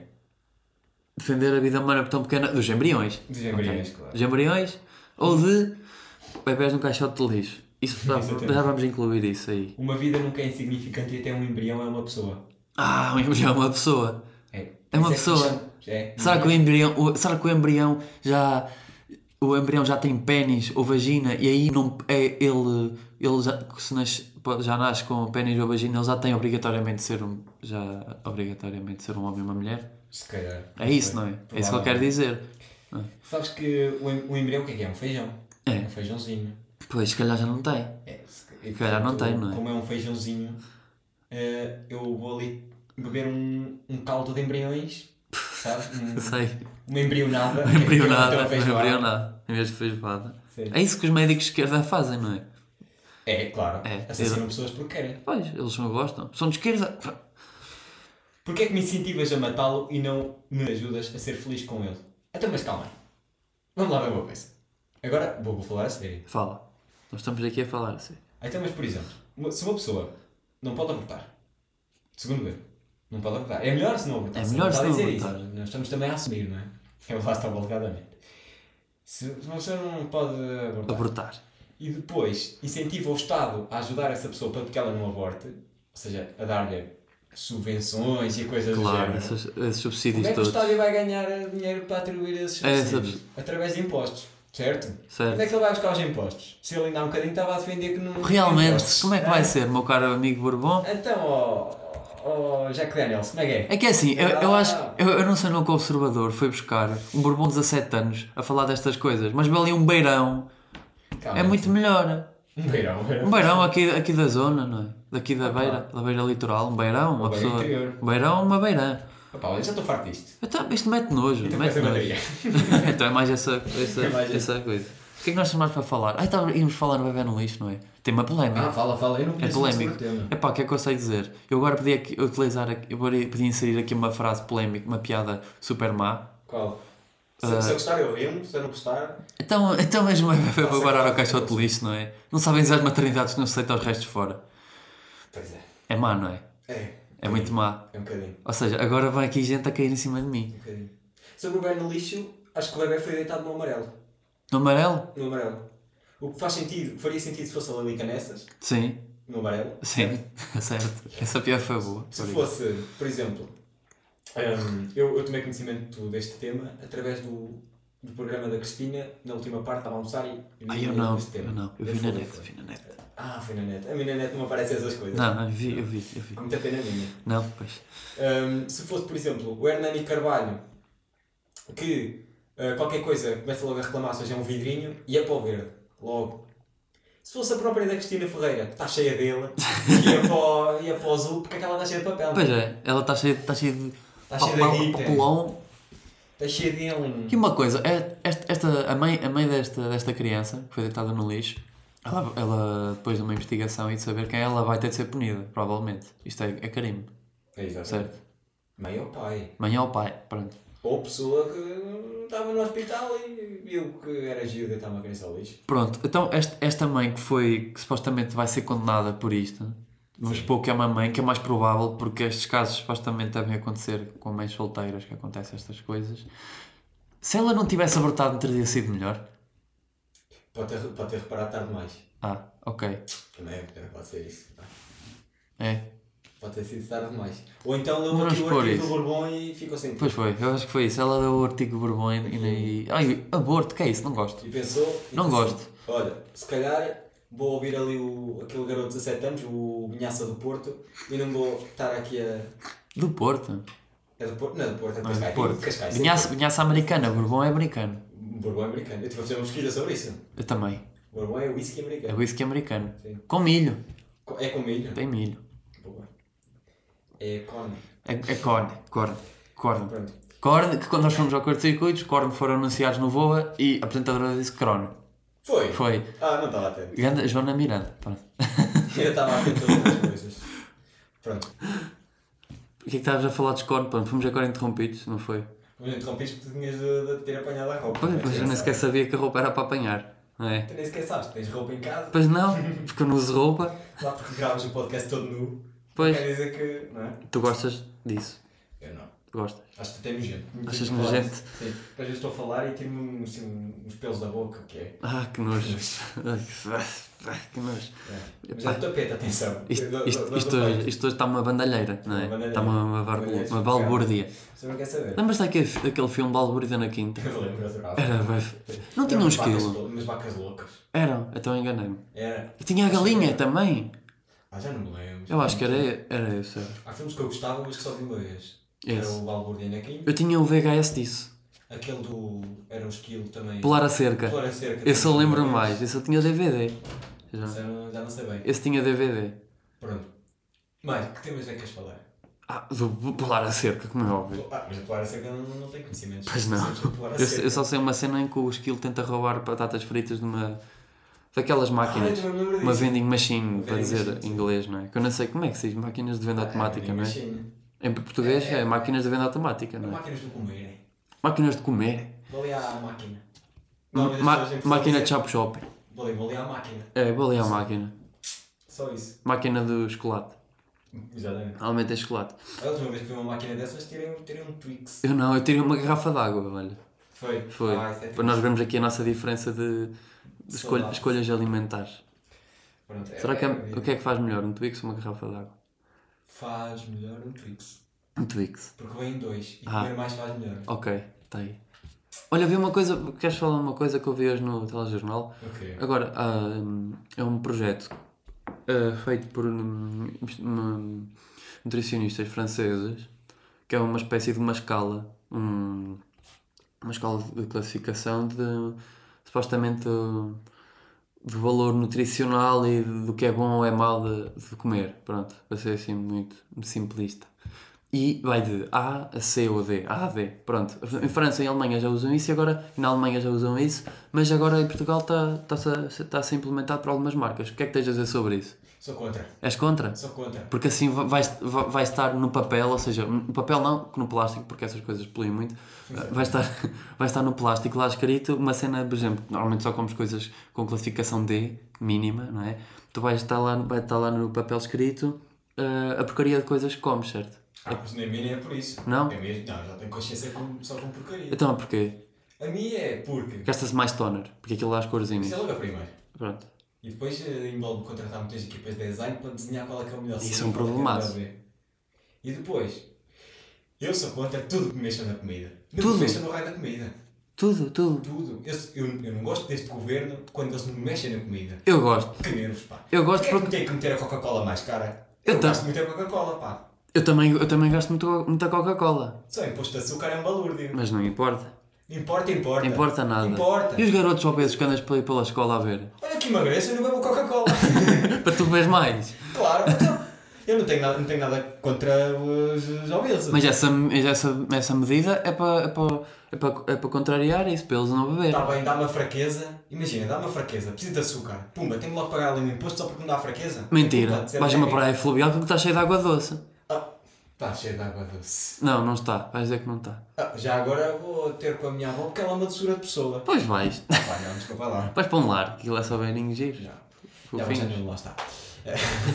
Speaker 3: Defender a vida humana tão pequena. Dos embriões.
Speaker 4: Dos embriões,
Speaker 3: Ok.
Speaker 4: claro.
Speaker 3: Dos embriões ou de bebés num caixote de lixo. Isso já,
Speaker 4: Exatamente.
Speaker 3: já vamos incluir isso aí.
Speaker 4: Uma vida nunca é insignificante e até um embrião é uma pessoa.
Speaker 3: Ah, um embrião é uma pessoa.
Speaker 4: É.
Speaker 3: É uma
Speaker 4: Isso
Speaker 3: pessoa.
Speaker 4: que se chama- É.
Speaker 3: Será que o embrião, o- será que o embrião já o embrião já tem pênis ou vagina e aí não é ele ele já que se nasce, pode- já nasce com pênis ou vagina, ele já tem obrigatoriamente de ser um já obrigatoriamente de ser um homem e uma mulher?
Speaker 4: Se calhar.
Speaker 3: É isso, não é? É isso que eu quero dizer.
Speaker 4: Sabes que o, em- o embrião o que é que é? Um feijão.
Speaker 3: É.
Speaker 4: Um feijãozinho.
Speaker 3: Pois, se calhar já não tem.
Speaker 4: É, se e,
Speaker 3: calhar não
Speaker 4: portanto,
Speaker 3: tem, não é?
Speaker 4: Como é um feijãozinho, eh, eu vou ali beber um, um caldo de embriões, sabe?
Speaker 3: Não
Speaker 4: Um,
Speaker 3: Sei.
Speaker 4: uma embrionada. que é
Speaker 3: Embrionada,
Speaker 4: aquela que tem um feijão.
Speaker 3: embrionada, em vez de feijoada.
Speaker 4: Sim.
Speaker 3: É isso que os médicos de esquerda fazem, não é?
Speaker 4: É, claro.
Speaker 3: É,
Speaker 4: Assassinam pessoas porque querem.
Speaker 3: Pois, eles não gostam. São de esquerda.
Speaker 4: Porquê é que me incentivas a matá-lo e não me ajudas a ser feliz com ele? Então, mas calma aí. Vamos lá ver uma coisa. Agora, vou, vou falar a sério.
Speaker 3: Fala. Nós estamos aqui a falar assim.
Speaker 4: Então, mas por exemplo, uma- se uma pessoa não pode abortar, segundo eu, não pode abortar. É melhor se não abortar.
Speaker 3: É
Speaker 4: se
Speaker 3: melhor
Speaker 4: está a
Speaker 3: se não
Speaker 4: dizer
Speaker 3: abortar.
Speaker 4: Isso. Nós estamos também a assumir, não é? É o lá está alegadamente. Se se uma pessoa não pode abortar
Speaker 3: Abortar.
Speaker 4: e depois incentiva o Estado a ajudar essa pessoa para que ela não aborte, ou seja, a dar-lhe subvenções e coisas do
Speaker 3: Claro,
Speaker 4: género.
Speaker 3: esses, esses
Speaker 4: Como
Speaker 3: subsídios
Speaker 4: é que o
Speaker 3: todos.
Speaker 4: Estado vai ganhar dinheiro para atribuir esses
Speaker 3: É,
Speaker 4: subsídios?
Speaker 3: sabes.
Speaker 4: Através de impostos, certo?
Speaker 3: Certo.
Speaker 4: Onde é que ele vai buscar os impostos? Se ele ainda há um bocadinho estava a defender que não.
Speaker 3: Realmente,
Speaker 4: impostos.
Speaker 3: como é que vai ser, meu caro amigo Bourbon?
Speaker 4: Então, ó. ó, Jack Daniels, como é que é?
Speaker 3: É que é assim, eu, eu acho, eu, eu não sei nunca o observador foi buscar um Bourbon de 17 anos a falar destas coisas, mas vê ali um beirão,
Speaker 4: Calma.
Speaker 3: é muito melhor.
Speaker 4: Um beirão,
Speaker 3: Um
Speaker 4: um beirão.
Speaker 3: beirão aqui, aqui da zona, não é? Daqui da beira, da beira litoral, um beirão, uma
Speaker 4: Ou beira
Speaker 3: pessoa.
Speaker 4: Ah, interior.
Speaker 3: Um beirão, uma beirã.
Speaker 4: Opa, olha, já estou farto disto.
Speaker 3: Então, isto mete nojo,
Speaker 4: Então
Speaker 3: mete
Speaker 4: começa
Speaker 3: nojo.
Speaker 4: a bateria.
Speaker 3: então é mais essa, essa,
Speaker 4: É mais
Speaker 3: essa coisa. O que é que nós temos mais para falar? Ah, então, íamos falar no bebê no lixo, não é? Tema polémico.
Speaker 4: Ah, fala, fala, eu não
Speaker 3: É
Speaker 4: conheço muito sobre
Speaker 3: polémico.
Speaker 4: o tema.
Speaker 3: É pá, o que é que eu sei dizer? Eu agora podia aqui- utilizar, aqui- eu podia podia inserir aqui uma frase polémica, uma piada super má.
Speaker 4: Qual? Se,
Speaker 3: Ah.
Speaker 4: se eu gostar, eu rimo, se eu não gostar.
Speaker 3: Então, então mesmo é para
Speaker 4: Nossa,
Speaker 3: parar ao
Speaker 4: claro.
Speaker 3: caixote de lixo, não é? Não sabem dizer as maternidades que não se aceita os restos fora.
Speaker 4: Pois é.
Speaker 3: É má, não é?
Speaker 4: É,
Speaker 3: É muito má.
Speaker 4: é um bocadinho.
Speaker 3: Ou seja, agora vai aqui gente a cair em cima de mim.
Speaker 4: Um bocadinho. Sobre o bebê no lixo, acho que o bebê foi deitado no amarelo.
Speaker 3: No amarelo?
Speaker 4: No amarelo. O que faz sentido, faria sentido se fosse a Lilica nessas,
Speaker 3: Sim.
Speaker 4: no amarelo.
Speaker 3: Sim, é certo. Essa piada foi boa.
Speaker 4: Se fosse, por exemplo, hum, eu, eu tomei conhecimento deste tema através do, do programa da Cristina, na última parte estava a almoçar e
Speaker 3: Ah, eu não,
Speaker 4: este tema.
Speaker 3: eu não. Eu vi na
Speaker 4: Foi,
Speaker 3: net,
Speaker 4: foi.
Speaker 3: vi na net.
Speaker 4: Ah, foi na net. A mim na net não aparecem essas coisas.
Speaker 3: Não, eu vi, eu vi, eu vi.
Speaker 4: Com muita pena minha.
Speaker 3: Não, pois.
Speaker 4: Hum, se fosse, por exemplo, o Hernani Carvalho, que ah, qualquer coisa começa logo a reclamar, seja um vidrinho, e é para o verde, logo. Se fosse a própria da Cristina Ferreira, que está cheia dele, e é para o, e é para o azul, porque é que ela está cheia de papel?
Speaker 3: Pois é, ela está cheia, tá cheia de
Speaker 4: Tá cheia de
Speaker 3: papel-
Speaker 4: guita.
Speaker 3: papelão.
Speaker 4: Está cheia dele.
Speaker 3: E uma coisa, é- esta, esta- a mãe, a mãe desta, desta criança, que foi deitada no lixo, ela, ela, depois de uma investigação e de saber quem é, ela vai ter de ser punida, provavelmente. Isto é, é carimbo,
Speaker 4: É, exato.
Speaker 3: certo?
Speaker 4: Mãe ou pai.
Speaker 3: Mãe ou pai, pronto.
Speaker 4: Ou pessoa que estava no hospital e viu que era giro deitar uma criança ao lixo.
Speaker 3: Pronto, então esta, esta mãe que foi, que supostamente vai ser condenada por isto, vamos supor que é uma mãe, que é mais provável, porque estes casos supostamente devem acontecer com mães solteiras que acontecem estas coisas. Se ela não tivesse abortado, não teria sido melhor?
Speaker 4: Pode ter, pode ter reparado tarde demais.
Speaker 3: Ah, ok.
Speaker 4: Também, também pode ser isso. tá?
Speaker 3: É,
Speaker 4: Pode ter sido tarde demais. Ou então leu
Speaker 3: Vamos
Speaker 4: aqui o
Speaker 3: pôr
Speaker 4: artigo
Speaker 3: isso.
Speaker 4: do Bourbon e ficou sem tempo.
Speaker 3: pois foi, eu acho que foi isso. Ela deu o artigo Bourbon e- e daí. Ai, aborto, que é isso? Não gosto.
Speaker 4: E pensou... e
Speaker 3: Não
Speaker 4: pensou,
Speaker 3: gosto.
Speaker 4: Olha, se calhar vou ouvir ali o, aquele garoto de 17 anos, o Minhaça do Porto, e não vou estar aqui a...
Speaker 3: Do Porto.
Speaker 4: É do Porto? Não, é do Porto, é de
Speaker 3: Não,
Speaker 4: Cascais.
Speaker 3: do Porto.
Speaker 4: De Cascais, sim.
Speaker 3: Vinhaça vinhaça americana, Bourbon é americano.
Speaker 4: Bourbon americano. Eu estive a fazer uma pesquisa sobre isso.
Speaker 3: Eu também.
Speaker 4: Bourbon é whisky
Speaker 3: É
Speaker 4: americano.
Speaker 3: whisky americano.
Speaker 4: Sim.
Speaker 3: Com milho.
Speaker 4: É com milho.
Speaker 3: Tem milho.
Speaker 4: Boa. É corno.
Speaker 3: É, é corne, corne, corne.
Speaker 4: Pronto.
Speaker 3: Corne, que quando nós fomos ao Corte Circuitos, Corne foram anunciados no Voa e a apresentadora disse Crono.
Speaker 4: Foi.
Speaker 3: Foi
Speaker 4: Ah, não estava atento.
Speaker 3: grande Joana Miranda. Pronto.
Speaker 4: Eu estava atento a outras coisas. Pronto.
Speaker 3: O que é que estavas a falar dos Corne? Pronto, fomos agora interrompidos, não foi?
Speaker 4: Mas interrompiste porque tu tinhas de, de ter apanhado a roupa.
Speaker 3: Pois,
Speaker 4: Mas
Speaker 3: pois eu nem sequer sabia que a roupa era para apanhar, não é?
Speaker 4: Tu nem sequer sabes, tens roupa em casa,
Speaker 3: Pois não, porque eu não uso roupa.
Speaker 4: lá porque gravas o podcast todo nu.
Speaker 3: Pois.
Speaker 4: Quer dizer que. Não é?
Speaker 3: Tu gostas disso?
Speaker 4: Eu não.
Speaker 3: Tu Gostas?
Speaker 4: Acho que até nojento.
Speaker 3: Achas
Speaker 4: Tenho que falar
Speaker 3: nojento?
Speaker 4: disso. Sim. Às vezes estou a falar e tiro-me assim, uns pelos da boca, que é.
Speaker 3: Ah, que nojo. Ai, que- ai, que nojo.
Speaker 4: é. Mas é do tapete, atenção. Eu dou-
Speaker 3: Isto,
Speaker 4: dou-
Speaker 3: isto,
Speaker 4: dou
Speaker 3: isto,
Speaker 4: tapete.
Speaker 3: hoje- isto hoje está uma bandalheira, não é?
Speaker 4: Uma bandalheira.
Speaker 3: Está uma, uma, barbu-
Speaker 4: Bandalheira
Speaker 3: uma
Speaker 4: sofocada.
Speaker 3: balbúrdia.
Speaker 4: Você não quer saber?
Speaker 3: Lembras-te daquele, daquele filme Balbúrdia na Quinta?
Speaker 4: Eu lembro, eu adorava.
Speaker 3: Era, bué f- É. não tinha
Speaker 4: Eram
Speaker 3: uns
Speaker 4: vacas
Speaker 3: quilos.
Speaker 4: to- Umas vacas loucas.
Speaker 3: Eram, então enganei-me.
Speaker 4: Era.
Speaker 3: E tinha a
Speaker 4: Acho que
Speaker 3: galinha
Speaker 4: era.
Speaker 3: também.
Speaker 4: Ah, já não me lembro.
Speaker 3: Eu acho que era, era esse. era.
Speaker 4: Há filmes que eu gostava, mas que só vi uma vez. Era
Speaker 3: É Esse.
Speaker 4: o Balbúrdia Naquim,
Speaker 3: Eu tinha o VHS disso.
Speaker 4: aquele do. Era o esquilo também.
Speaker 3: Pular a cerca.
Speaker 4: Pular a cerca.
Speaker 3: Esse eu
Speaker 4: também.
Speaker 3: lembro-me mais. Esse eu tinha DVD. Já.
Speaker 4: Já não, já não sei bem.
Speaker 3: Esse tinha DVD.
Speaker 4: Pronto. Mais, que temas é que queres falar?
Speaker 3: Ah, do pular a cerca, como é óbvio.
Speaker 4: Ah, mas a pular a cerca não, não tem conhecimentos.
Speaker 3: Pois não.
Speaker 4: Sabes pular a
Speaker 3: Eu,
Speaker 4: cerca.
Speaker 3: eu só sei uma cena em que o esquilo tenta roubar batatas fritas de uma. daquelas máquinas.
Speaker 4: Ah, eu também me lembro
Speaker 3: é uma
Speaker 4: disso.
Speaker 3: vending machine,
Speaker 4: Uma
Speaker 3: para
Speaker 4: vending
Speaker 3: dizer
Speaker 4: machine,
Speaker 3: em
Speaker 4: sim.
Speaker 3: inglês, não é? Que eu não sei como é que se diz máquinas de venda
Speaker 4: Ah,
Speaker 3: automática,
Speaker 4: vending
Speaker 3: não é?
Speaker 4: machine.
Speaker 3: Em português é máquinas de venda automática, não é?
Speaker 4: Máquinas do comer.
Speaker 3: Máquinas de comer.
Speaker 4: Vou ali à máquina. Normalmente as
Speaker 3: Ma-
Speaker 4: pessoas em Portugal
Speaker 3: máquina de
Speaker 4: dizem,
Speaker 3: chop shop.
Speaker 4: Vou ali, vou ali à máquina.
Speaker 3: É, vou ali à máquina.
Speaker 4: Só isso.
Speaker 3: Máquina do chocolate.
Speaker 4: Exatamente.
Speaker 3: Normalmente é chocolate.
Speaker 4: A última vez que vi uma máquina dessas, tirei, um- tirei um Twix.
Speaker 3: Eu não, eu tirei uma garrafa d'água, olha.
Speaker 4: Foi.
Speaker 3: Foi.
Speaker 4: Ah, isso é
Speaker 3: para nós vermos aqui a nossa diferença de, de escolha-
Speaker 4: Saudável.
Speaker 3: escolhas alimentares.
Speaker 4: Pronto, é-
Speaker 3: Será que é-
Speaker 4: é-
Speaker 3: o que é que faz melhor? Um Twix ou uma garrafa d'água?
Speaker 4: Faz melhor um Twix.
Speaker 3: Um Twix.
Speaker 4: Porque vem em dois. E
Speaker 3: Ah.
Speaker 4: comer mais faz melhor.
Speaker 3: Ok, está aí. Olha, vi uma coisa. Queres falar uma coisa que eu vi hoje no telejornal?
Speaker 4: Ok.
Speaker 3: Agora, há, hum, é um projeto ah, feito por hum, hum, nutricionistas franceses, que é uma espécie de uma escala, um, uma escala de classificação de, supostamente, do, do valor nutricional e do que é bom ou é mau de, de comer. Pronto, vai ser assim muito simplista. E vai de A a C ou D, A a D, pronto. Em França e Alemanha já usam isso e agora e na Alemanha já usam isso, mas agora em Portugal está-se a, tá -se a implementar por algumas marcas. O que é que tens a dizer sobre isso?
Speaker 4: Sou contra.
Speaker 3: És contra?
Speaker 4: Sou contra.
Speaker 3: Porque assim va- vais, va- vai estar no papel, ou seja, no papel não, que no plástico, porque essas coisas poluem muito, eh, vai estar, vai estar no plástico lá escrito uma cena, por exemplo, normalmente só comes coisas com classificação D, mínima, não é? Tu vais estar lá, vai estar lá no papel escrito eh, a porcaria de coisas que comes, certo?
Speaker 4: Ah, mas na minha nem é por isso.
Speaker 3: Não?
Speaker 4: É mesmo, não, já tenho consciência com- só com porcaria.
Speaker 3: Então porquê?
Speaker 4: A minha é porque.
Speaker 3: Gasta-se mais toner, porque aquilo lá as
Speaker 4: Isso é
Speaker 3: corzinhas.
Speaker 4: logo a primeira.
Speaker 3: Pronto.
Speaker 4: E depois eh, englobo contratar muitas equipas de design para desenhar qual é que é o melhor
Speaker 5: Isso
Speaker 4: sítio,
Speaker 5: é um
Speaker 4: qual que
Speaker 5: problemaço.
Speaker 4: melhor ver. E depois, eu sou contra tudo que mexa na comida. Tudo,
Speaker 3: Tudo?
Speaker 4: que mexa no raio da comida.
Speaker 3: Tudo, tudo.
Speaker 4: Tudo. Eu, eu, eu não gosto deste governo quando eles me mexem na comida.
Speaker 3: Eu gosto.
Speaker 4: Que nervos, pá.
Speaker 3: Eu gosto
Speaker 4: Porquê é
Speaker 3: porque-
Speaker 4: que tem que meter a Coca-Cola mais cara?
Speaker 3: Eu
Speaker 4: Eu,
Speaker 3: tam-
Speaker 4: gosto muito da Coca-Cola, pá.
Speaker 3: Eu também, eu também gosto muito, muito da Coca-Cola.
Speaker 4: Só imposto de açúcar é um balúrdio.
Speaker 3: Mas não importa.
Speaker 4: Importa, importa.
Speaker 3: Não importa nada.
Speaker 4: Importa.
Speaker 3: E os garotos obesos que andas por aí pela escola a ver?
Speaker 4: Olha que emagreço, eu não bebo Coca-Cola.
Speaker 3: Para tu veres mais.
Speaker 4: claro, então. Eu não tenho nada, não tenho nada contra os os obesos.
Speaker 3: Mas essa, mas essa, essa medida é para, é, para, é, para, é para contrariar isso, para eles não beber.
Speaker 4: Está Tá bem, dá-me a fraqueza. Imagina, dá-me a fraqueza. Preciso de açúcar. Pumba, tenho logo que pagar ali um imposto só porque me dá a fraqueza.
Speaker 3: Mentira.
Speaker 4: Pumba, zero
Speaker 3: Vais a uma
Speaker 4: técnica.
Speaker 3: praia fluvial que está cheia de água doce.
Speaker 4: Ah, Está cheio de água doce.
Speaker 3: Não, não está. Vais dizer que não está.
Speaker 4: Ah, já agora vou ter com a minha avó porque ela é uma doçura de pessoa.
Speaker 3: Pois vais.
Speaker 4: Pá, não, desculpa lá.
Speaker 3: Vais para um lar, aquilo é só bem giros.
Speaker 4: Já. Já, mas é já
Speaker 3: Fofinhos.
Speaker 4: não, lá está.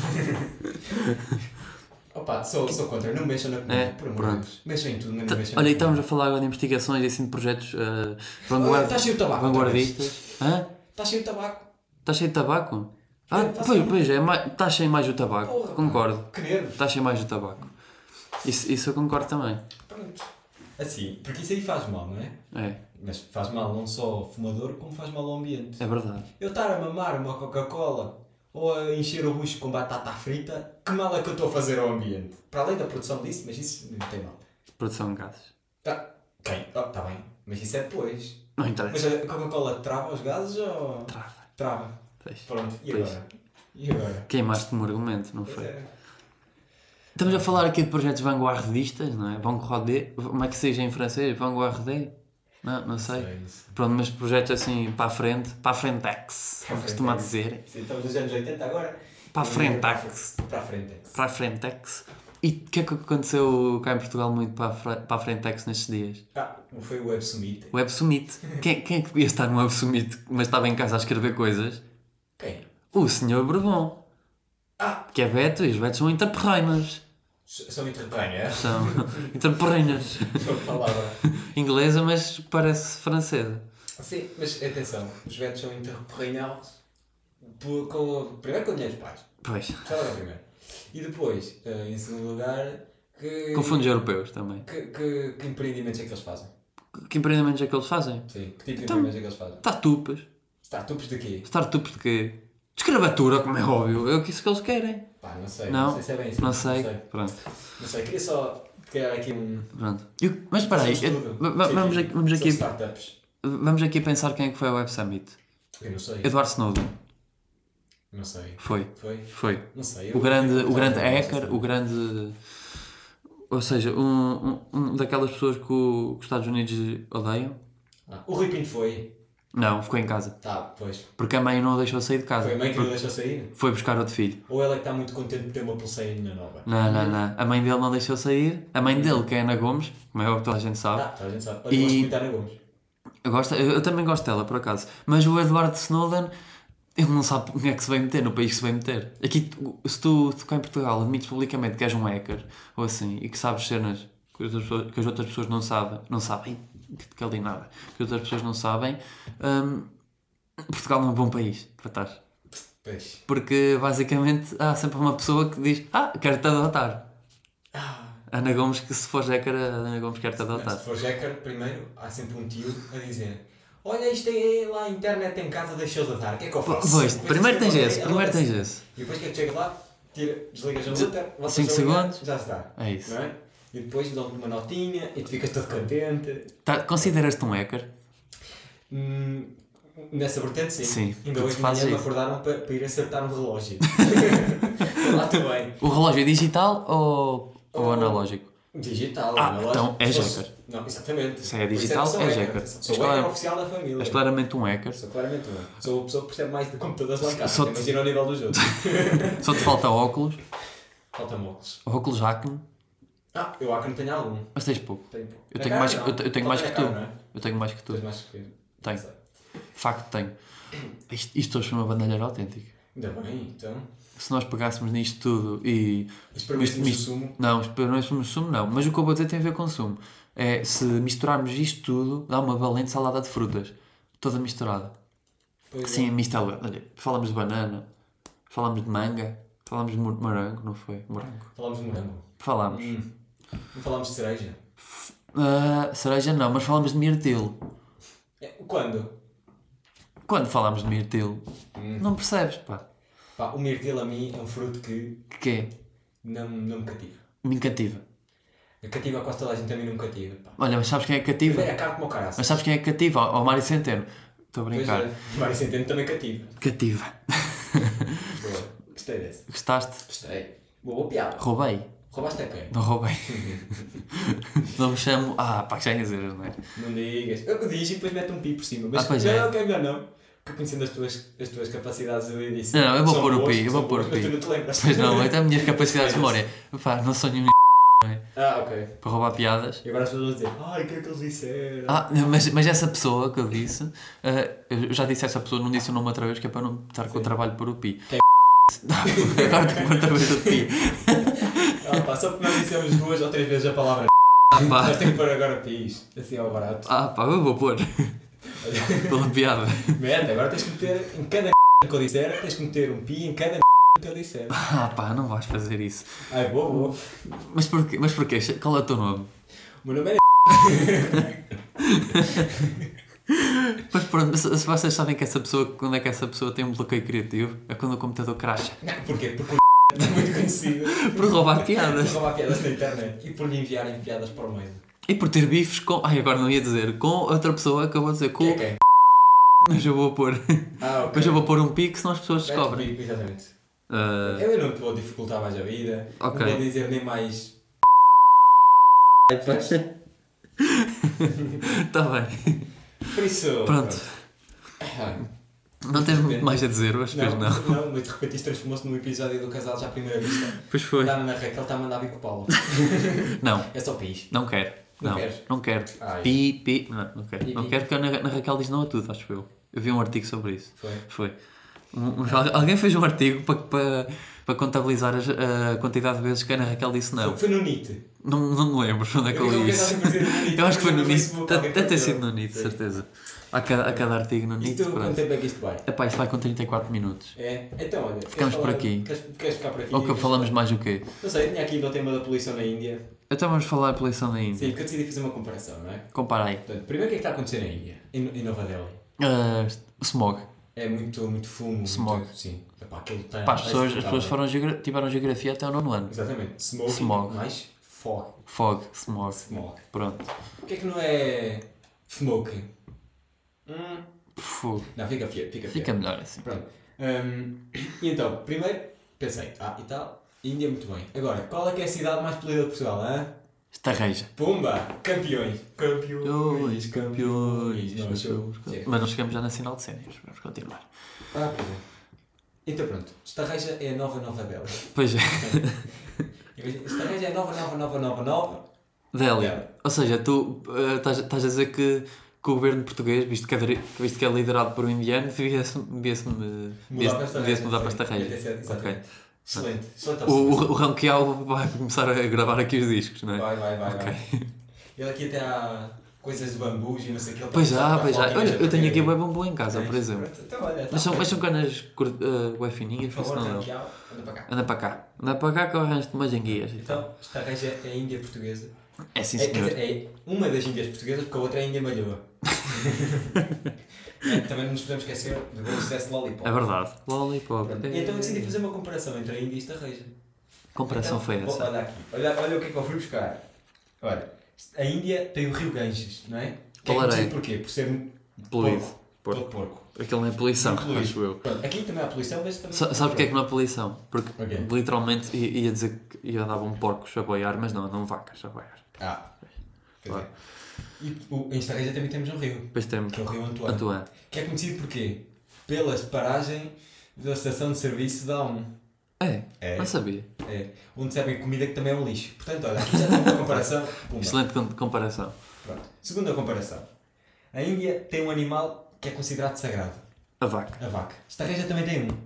Speaker 4: Opa, sou, sou contra. Não mexam na comida,
Speaker 3: É,
Speaker 4: por amor de
Speaker 3: pronto. Tá,
Speaker 4: Deus. Mexam em tudo, mas não mexam
Speaker 3: Olha, e
Speaker 4: na
Speaker 3: estamos a falar agora de investigações e assim de projetos uh, vanguard...
Speaker 4: Ah, tá cheio de tabaco,
Speaker 3: vanguardistas. Hã?
Speaker 4: Está Tá cheio de tabaco.
Speaker 3: Está cheio de tabaco? Ah,
Speaker 4: É, faço
Speaker 3: pois,
Speaker 4: um-
Speaker 3: pois é, mais- está cheio mais o tabaco.
Speaker 4: Porra, pá.
Speaker 3: concordo.
Speaker 4: Que nervos.
Speaker 3: Está cheio mais o tabaco. Isso, isso eu concordo também.
Speaker 4: Pronto. Assim, porque isso aí faz mal, não é?
Speaker 3: É,
Speaker 4: Mas faz mal não só ao fumador, como faz mal ao ambiente.
Speaker 3: é verdade.
Speaker 4: Eu estar a mamar uma Coca-Cola ou a encher o bucho com batata frita, que mal é que eu estou a fazer ao ambiente? Para além da produção disso, mas isso não tem mal.
Speaker 3: Produção de gases.
Speaker 4: Tá, ok, oh, tá bem. Mas isso é depois.
Speaker 3: Não
Speaker 4: Mas
Speaker 3: interessa.
Speaker 4: a Coca-Cola trava os gases ou.
Speaker 3: Trava.
Speaker 4: Trava.
Speaker 3: Pois.
Speaker 4: Pronto, e
Speaker 3: Pois.
Speaker 4: agora? E agora?
Speaker 3: Queimaste-me o argumento, não
Speaker 4: Pois
Speaker 3: foi?
Speaker 4: é.
Speaker 3: Estamos a falar aqui de projetos vanguardistas, não é? Vanguardé, como é que seja em francês? Vanguardé? Não, não sei.
Speaker 4: É isso.
Speaker 3: Pronto, mas projetos assim para a frente, para a frentex, como
Speaker 4: Para a
Speaker 3: costuma
Speaker 4: frentex.
Speaker 3: dizer.
Speaker 4: Sim, É, estamos nos anos 80 agora.
Speaker 3: Para a frentex.
Speaker 4: Para a é frentex.
Speaker 3: Para a frentex. E o que é que aconteceu cá em Portugal muito para a, fre- para a frentex nestes dias?
Speaker 4: Ah, foi o Web Summit.
Speaker 3: Web Summit. Quem, quem é que devia estar no Web Summit, mas estava em casa a escrever coisas?
Speaker 4: Quem?
Speaker 3: O senhor Bourbon.
Speaker 4: Ah.
Speaker 3: Que é Beto e os Betos são interperreinas.
Speaker 4: S- São interpretâneas.
Speaker 3: São interperreinas.
Speaker 4: São palavra.
Speaker 3: Inglesa, mas parece francesa.
Speaker 4: Sim, mas atenção, os vetos são intercorrinhados por, com, primeiro com o dinheiro dos pais,
Speaker 3: Pois.
Speaker 4: já era o primeiro. E depois, eh, em segundo lugar, que,
Speaker 3: Com fundos europeus também.
Speaker 4: que, que, que empreendimentos é que eles fazem?
Speaker 3: Que empreendimentos é que eles fazem?
Speaker 4: Sim, que tipo de
Speaker 3: Então-
Speaker 4: empreendimentos é que eles fazem?
Speaker 3: Startups.
Speaker 4: Startups de quê?
Speaker 3: Startups de quê? De escravatura, como é óbvio. É isso que eles querem.
Speaker 4: Pá, não sei, não,
Speaker 3: Não,
Speaker 4: sei se é bem assim.
Speaker 3: não sei.
Speaker 4: Não sei,
Speaker 3: Pronto,
Speaker 4: não sei. queria só criar aqui um...
Speaker 3: pronto. E o- mas espera aí,
Speaker 4: um estudo.
Speaker 3: eh, va- va-
Speaker 4: Sim,
Speaker 3: vamos
Speaker 4: sim,
Speaker 3: aqui, vamos,
Speaker 4: sobre
Speaker 3: aqui,
Speaker 4: startups.
Speaker 3: vamos aqui pensar quem é que foi ao Web Summit.
Speaker 4: Eu não sei,
Speaker 3: Edward Snowden.
Speaker 4: não sei.
Speaker 3: Foi,
Speaker 4: Foi?
Speaker 3: foi.
Speaker 4: Não sei.
Speaker 3: O
Speaker 4: eu-
Speaker 3: grande, o
Speaker 4: Já
Speaker 3: grande
Speaker 4: não sei.
Speaker 3: hacker, o grande... Ou seja, um, um, um daquelas pessoas que, o- que os Estados Unidos odeiam.
Speaker 4: Ah, o Rui Pinto foi.
Speaker 3: Não, ficou em casa.
Speaker 4: Tá, pois.
Speaker 3: Porque a mãe não o deixou sair de casa.
Speaker 4: Foi a mãe que
Speaker 3: Porque
Speaker 4: o deixou sair.
Speaker 3: Foi buscar outro filho.
Speaker 4: Ou ela é que está muito contente de ter uma pulseirinha nova?
Speaker 3: Não, não, não. A mãe dele não deixou sair. A mãe dele, que é a Ana Gomes, como é o que toda a gente sabe.
Speaker 4: Ah, a gente sabe. Olha,
Speaker 3: E-
Speaker 4: e... gosto muito da Ana Gomes.
Speaker 3: Eu, gosto, eu, eu também gosto dela, por acaso. Mas o Edward Snowden, ele não sabe onde é que se vai meter, no país que se vai meter. Aqui, tu- se tu, tu cá em Portugal admites publicamente que és um hacker, ou assim, e que sabes cenas que as outras pessoas, que as outras pessoas não sabem, não sabem, que, que ali nada, que as outras pessoas não sabem, hum, Portugal não é um bom país para estar.
Speaker 4: Pois.
Speaker 3: Porque basicamente há sempre uma pessoa que diz: Ah, quero-te adotar. Ana Gomes, que se for hacker, a Ana Gomes quer-te
Speaker 4: Não, se
Speaker 3: adotar.
Speaker 4: for hacker, primeiro há sempre um tio a dizer: Olha, isto é lá a internet em casa, deixou de dar. O que é que eu faço?
Speaker 3: Pois,
Speaker 4: Depois
Speaker 3: primeiro
Speaker 4: isto é
Speaker 3: tens
Speaker 4: uma-
Speaker 3: esse, primeiro tens
Speaker 4: acontece.
Speaker 3: esse.
Speaker 4: E depois que é que chega lá, tira, desligas a luta, voltas
Speaker 3: cinco
Speaker 4: a ligar,
Speaker 3: segundos.
Speaker 4: Já está.
Speaker 3: É isso.
Speaker 4: Não é? E depois dão-te uma notinha e tu ficas todo contente.
Speaker 3: Tá, Consideras-te um hacker?
Speaker 4: Hum, nessa vertente, sim.
Speaker 3: Sim,
Speaker 4: Ainda
Speaker 3: tu
Speaker 4: hoje de
Speaker 3: fazes
Speaker 4: manhã me
Speaker 3: isso.
Speaker 4: acordaram para, para ir acertar um relógio. lá tu bem.
Speaker 3: O relógio é digital ou, ou analógico?
Speaker 4: Digital,
Speaker 3: Ah,
Speaker 4: analógico.
Speaker 3: então é
Speaker 4: Se fosse-
Speaker 3: jacker.
Speaker 4: Não, exatamente.
Speaker 3: Se é
Speaker 4: Por isso
Speaker 3: digital,
Speaker 4: que sou
Speaker 3: é
Speaker 4: hacker.
Speaker 3: jacker.
Speaker 4: Atenção, Sou
Speaker 3: Mas
Speaker 4: o hacker
Speaker 3: claro-
Speaker 4: oficial da família.
Speaker 3: És claramente um hacker.
Speaker 4: Sou claramente um. Sou a pessoa que percebe mais de computadores lá em casa.
Speaker 3: Só te-
Speaker 4: Imagina ao nível dos outros.
Speaker 3: Só te falta óculos,
Speaker 4: Falta-me óculos.
Speaker 3: óculos acne,
Speaker 4: Ah, eu acho que não tenho algum.
Speaker 3: mas tens pouco.
Speaker 4: Tenho pouco.
Speaker 3: Eu
Speaker 4: Na
Speaker 3: tenho
Speaker 4: cara,
Speaker 3: mais,
Speaker 4: não.
Speaker 3: eu, te- eu tenho
Speaker 4: Falta
Speaker 3: mais
Speaker 4: na
Speaker 3: que tu.
Speaker 4: cara, não é?
Speaker 3: Eu tenho mais que tu.
Speaker 4: Tens
Speaker 3: De
Speaker 4: mais que eu.
Speaker 3: Tenho.
Speaker 4: Não sei.
Speaker 3: facto, tenho. Isto, isto hoje foi uma bandalheira autêntica.
Speaker 4: Ainda bem, então.
Speaker 3: Se nós pegássemos nisto tudo e
Speaker 4: Experimentamos o
Speaker 3: Misto-
Speaker 4: sumo.
Speaker 3: Não, experimentamos sumo não, mas o que eu vou dizer tem a ver com sumo. É, se misturarmos isto tudo, dá uma valente salada de frutas, toda misturada.
Speaker 4: Pois é.
Speaker 3: Sim, mistela. Olha, falamos de banana, falamos de manga, falamos de mor- morango, não foi? Morango.
Speaker 4: é. Falámos de morango.
Speaker 3: Falamos.
Speaker 4: Não falámos de cereja.
Speaker 3: Ah, cereja não, mas falamos de mirtilo.
Speaker 4: É, Quando?
Speaker 3: Quando falamos de mirtilo, não percebes, pá.
Speaker 4: Pá, o mirtilo a mim é um fruto que
Speaker 3: Que que é?
Speaker 4: não, não me cativa.
Speaker 3: Me cativa.
Speaker 4: Me cativa quase toda a gente também não me cativa. Pá.
Speaker 3: Olha, mas sabes quem é que cativa?
Speaker 4: Primeiro é caro como o caraças.
Speaker 3: Mas sabes quem é que cativa? Ó, ó Mário Centeno. Estou a
Speaker 4: Pois
Speaker 3: brincar.
Speaker 4: é, Mário Centeno também cativa.
Speaker 3: Cativa.
Speaker 4: Boa. Gostei dessa.
Speaker 3: Gostaste?
Speaker 4: Gostei. Boa, boa piada.
Speaker 3: Roubei.
Speaker 4: Roubaste a quem?
Speaker 3: Não roubei. não me chamo. Ah, pá, que já exageras, não é?
Speaker 4: Não digas. Eu diz e depois mete um pi por cima. Mas
Speaker 3: Ah, pois
Speaker 4: não,
Speaker 3: é.
Speaker 4: não, que é melhor não. Porque conhecendo as tuas, as tuas capacidades eu disse.
Speaker 3: Não, não, eu vou
Speaker 4: são
Speaker 3: pôr o
Speaker 4: boas,
Speaker 3: pi, eu
Speaker 4: são
Speaker 3: vou pôr o
Speaker 4: boas, mas
Speaker 3: pi.
Speaker 4: tu não te lembras.
Speaker 3: Pois não, é tá- até as minhas capacidades de memória. Pá, não sou nenhum
Speaker 4: Ah, ok.
Speaker 3: para roubar piadas.
Speaker 4: E agora as pessoas vão dizer, ai, o que é que eles disseram?
Speaker 3: Ah, mas, mas essa pessoa que eu disse, eh, eu já disse a essa pessoa, não disse o nome outra vez, que é para não estar com o trabalho por o pi.
Speaker 4: Que é
Speaker 3: Agora tenho outra vez o pi.
Speaker 4: Ah, pá, só porque nós dissemos duas ou três vezes a palavra
Speaker 3: Ah, pá.
Speaker 4: Nós temos que pôr agora pis, assim ao barato.
Speaker 3: Ah, pá, eu vou pôr. Pela piada.
Speaker 4: Mete, agora tens que meter em cada que eu disser, tens que meter um pi em cada que eu disser.
Speaker 3: Ah, pá, não vais fazer isso.
Speaker 4: Ai, boa, boa.
Speaker 3: Mas porquê? Mas porquê? Qual é o teu nome?
Speaker 4: O meu nome é
Speaker 3: Mas pronto, se, se vocês sabem que essa pessoa, quando é que essa pessoa tem um bloqueio criativo, é quando o computador cracha.
Speaker 4: Não, porquê? Porque o é muito conhecido.
Speaker 3: Por roubar
Speaker 4: Por
Speaker 3: piadas.
Speaker 4: roubar piadas na internet e por lhe enviarem piadas para o meio.
Speaker 3: E por ter bifes com. Ai, agora não ia dizer. Com outra pessoa, acabou de dizer com.
Speaker 4: Que é quem?
Speaker 3: Mas eu vou pôr.
Speaker 4: Ah, ok.
Speaker 3: Mas eu vou pôr um pico, senão as pessoas
Speaker 4: Mete
Speaker 3: descobrem.
Speaker 4: comigo, Exatamente.
Speaker 3: Ah,
Speaker 4: Eu não te vou dificultar mais a vida.
Speaker 3: Ok.
Speaker 4: Não vou dizer nem mais.
Speaker 3: tá bem.
Speaker 4: Por isso. Ah,
Speaker 3: Pronto. Não tens muito mais a dizer hoje, pois
Speaker 4: Não,
Speaker 3: não.
Speaker 4: não. mas de repente isto transformou-se num episódio do Casal já à primeira vista.
Speaker 3: Pois foi.
Speaker 4: Dá-me na Raquel, está a mandar vir com o Paulo.
Speaker 3: Não,
Speaker 4: É só pis.
Speaker 3: não quero.
Speaker 4: Não
Speaker 3: Não,
Speaker 4: queres?
Speaker 3: não quero.
Speaker 4: Ai.
Speaker 3: Pi, pi. Não, não quero.
Speaker 4: Pi,
Speaker 3: Não
Speaker 4: pi.
Speaker 3: quero que a Ana- Ana Raquel diz não a tudo, acho eu. Eu vi um artigo sobre isso.
Speaker 4: Foi.
Speaker 3: Foi. Um- um- al- alguém fez um artigo para, para, para contabilizar as- a quantidade de vezes que a Ana Raquel disse não.
Speaker 4: Foi no NIT.
Speaker 3: Não, não me lembro onde é que eu
Speaker 4: Eu
Speaker 3: li
Speaker 4: vi
Speaker 3: isso.
Speaker 4: qualquer coisa no NIT,
Speaker 3: Eu acho que foi no
Speaker 4: no
Speaker 3: NIT.
Speaker 4: Facebook,
Speaker 3: Deve
Speaker 4: qualquer
Speaker 3: deve ter
Speaker 4: coisa.
Speaker 3: sido no NIT, de
Speaker 4: Sim.
Speaker 3: certeza. Há cada, há cada artigo no NIT.
Speaker 4: Isto, quanto
Speaker 3: pronto.
Speaker 4: tempo é que isto vai?
Speaker 3: Epá, isto vai com 34 minutos.
Speaker 4: É? Então, olha. queres
Speaker 3: Ficamos por
Speaker 4: falar-
Speaker 3: aqui.
Speaker 4: Queres, queres ficar por aqui?
Speaker 3: Ou que falamos mais o quê?
Speaker 4: Não sei, eu tinha aqui ainda o tema da poluição na Índia.
Speaker 3: Então vamos falar da poluição da Índia.
Speaker 4: Sim, porque eu decidi fazer uma comparação, não é?
Speaker 3: Compara aí.
Speaker 4: Portanto, primeiro o que é que está a acontecer na Índia, em, em Nova Delhi?
Speaker 3: Ah, smog.
Speaker 4: É muito, muito fumo. muito-
Speaker 3: Smog.
Speaker 4: sim. Epá, aquilo tá- está...
Speaker 3: Pá, as pessoas, as pessoas foram geogra- tiveram geografia até o nono ano.
Speaker 4: Exatamente. Smog.
Speaker 3: Smog.
Speaker 4: Mais fog.
Speaker 3: Fog, smog.
Speaker 4: Smog.
Speaker 3: Pronto.
Speaker 4: Porquê que não é... Smoke? Hum.
Speaker 3: Fogo.
Speaker 4: Não, fica pior, fica pior.
Speaker 3: Fica melhor assim.
Speaker 4: Pronto. Hum, e então, primeiro pensei, ah, e tal, Índia muito bem. Agora, qual é que é a cidade mais poluída de Portugal, hã?
Speaker 3: Esta reja.
Speaker 4: Pumba! Campeões! Campeões! Não,
Speaker 3: nós
Speaker 4: show.
Speaker 3: somos campeões. Mas não chegamos já na sinal de sénios. Vamos continuar.
Speaker 4: Ah, pois é. Então pronto, Estarreja é a nova Nova Delhi.
Speaker 3: Pois é.
Speaker 4: Imagina, Estarreja é a nova Nova Nova Nova Nova.
Speaker 3: Délio,
Speaker 4: Délio.
Speaker 3: ou seja, tu eh, estás estás a dizer que, que o governo português, visto que é, dri- visto que é liderado por um indiano, devia-se devia-se- ah,
Speaker 4: para
Speaker 3: devia-se-
Speaker 4: Estarreja,
Speaker 3: devia-se mudar para
Speaker 4: sim.
Speaker 3: esta
Speaker 4: Devia ser,
Speaker 3: reja. Ok.
Speaker 4: exatamente. Excelente, excelente
Speaker 3: O, o,
Speaker 4: opção.
Speaker 3: o Ranquial vai começar a gravar aqui os discos, não é?
Speaker 4: Vai, vai, vai,
Speaker 3: Ok.
Speaker 4: vai. Ele aqui até há coisas de bambus e não sei o que. ele
Speaker 3: Pois
Speaker 4: está a
Speaker 3: já,
Speaker 4: usar
Speaker 3: pois
Speaker 4: para
Speaker 3: já.
Speaker 4: falar,
Speaker 3: Olha,
Speaker 4: mas
Speaker 3: eu tenho aqui
Speaker 4: porque-
Speaker 3: bem bambu em casa, por
Speaker 4: Tens?
Speaker 3: exemplo.
Speaker 4: Pronto, Então olha,
Speaker 3: Mas
Speaker 4: está
Speaker 3: são, mas são canas cur- eh, bué fininhas, por
Speaker 4: Por
Speaker 3: isso não
Speaker 4: favor,
Speaker 3: deu.
Speaker 4: Raquel, anda para cá.
Speaker 3: Anda para cá. Anda para cá que eu arranjo-te umas enguias.
Speaker 4: Então, esta reja é a Índia portuguesa.
Speaker 3: É sim,
Speaker 4: É, quer
Speaker 3: senhor.
Speaker 4: dizer, é uma das Índias portuguesas, porque a outra é a Índia Malhoa. É, Também não nos podemos esquecer do bom sucesso de Lollipop.
Speaker 3: É verdade. Lollipop.
Speaker 4: Pronto,
Speaker 3: É.
Speaker 4: Então eu decidi fazer uma comparação entre a Índia e esta reja.
Speaker 3: Comparação
Speaker 4: Então,
Speaker 3: foi
Speaker 4: vou-
Speaker 3: essa.
Speaker 4: Olha aqui, olha, olha o que é que eu fui buscar. Olha, a Índia tem o rio Ganges, não é? Que é
Speaker 3: Polarei.
Speaker 4: conhecido porquê? Por ser um
Speaker 3: Poluído.
Speaker 4: porco.
Speaker 3: Porco.
Speaker 4: Todo porco.
Speaker 3: Aquilo não é poluição,
Speaker 4: Poluído.
Speaker 3: acho eu.
Speaker 4: Pronto, aqui também há poluição, mas também...
Speaker 3: Sa- Sabe porque é que não há poluição? Porque
Speaker 4: Ok.
Speaker 3: literalmente i- ia dizer que ia andavam porcos a boiar, mas não, andam vacas a boiar.
Speaker 4: Ah, pois
Speaker 3: Claro.
Speaker 4: é. E o, em esta reja também temos um rio.
Speaker 3: Depois temos
Speaker 4: Que é o Rio Antoine.
Speaker 3: Antoine.
Speaker 4: Que é conhecido porquê? Pela paragem da estação de serviço da ONU.
Speaker 3: É,
Speaker 4: É.
Speaker 3: não sabia.
Speaker 4: É, onde servem comida que também é um lixo. Portanto, olha, aqui já tem uma comparação. Pumba.
Speaker 3: Excelente con- comparação.
Speaker 4: Pronto. Segunda comparação. A Índia tem um animal que é considerado sagrado.
Speaker 3: A vaca.
Speaker 4: A vaca. Esta reja também tem um.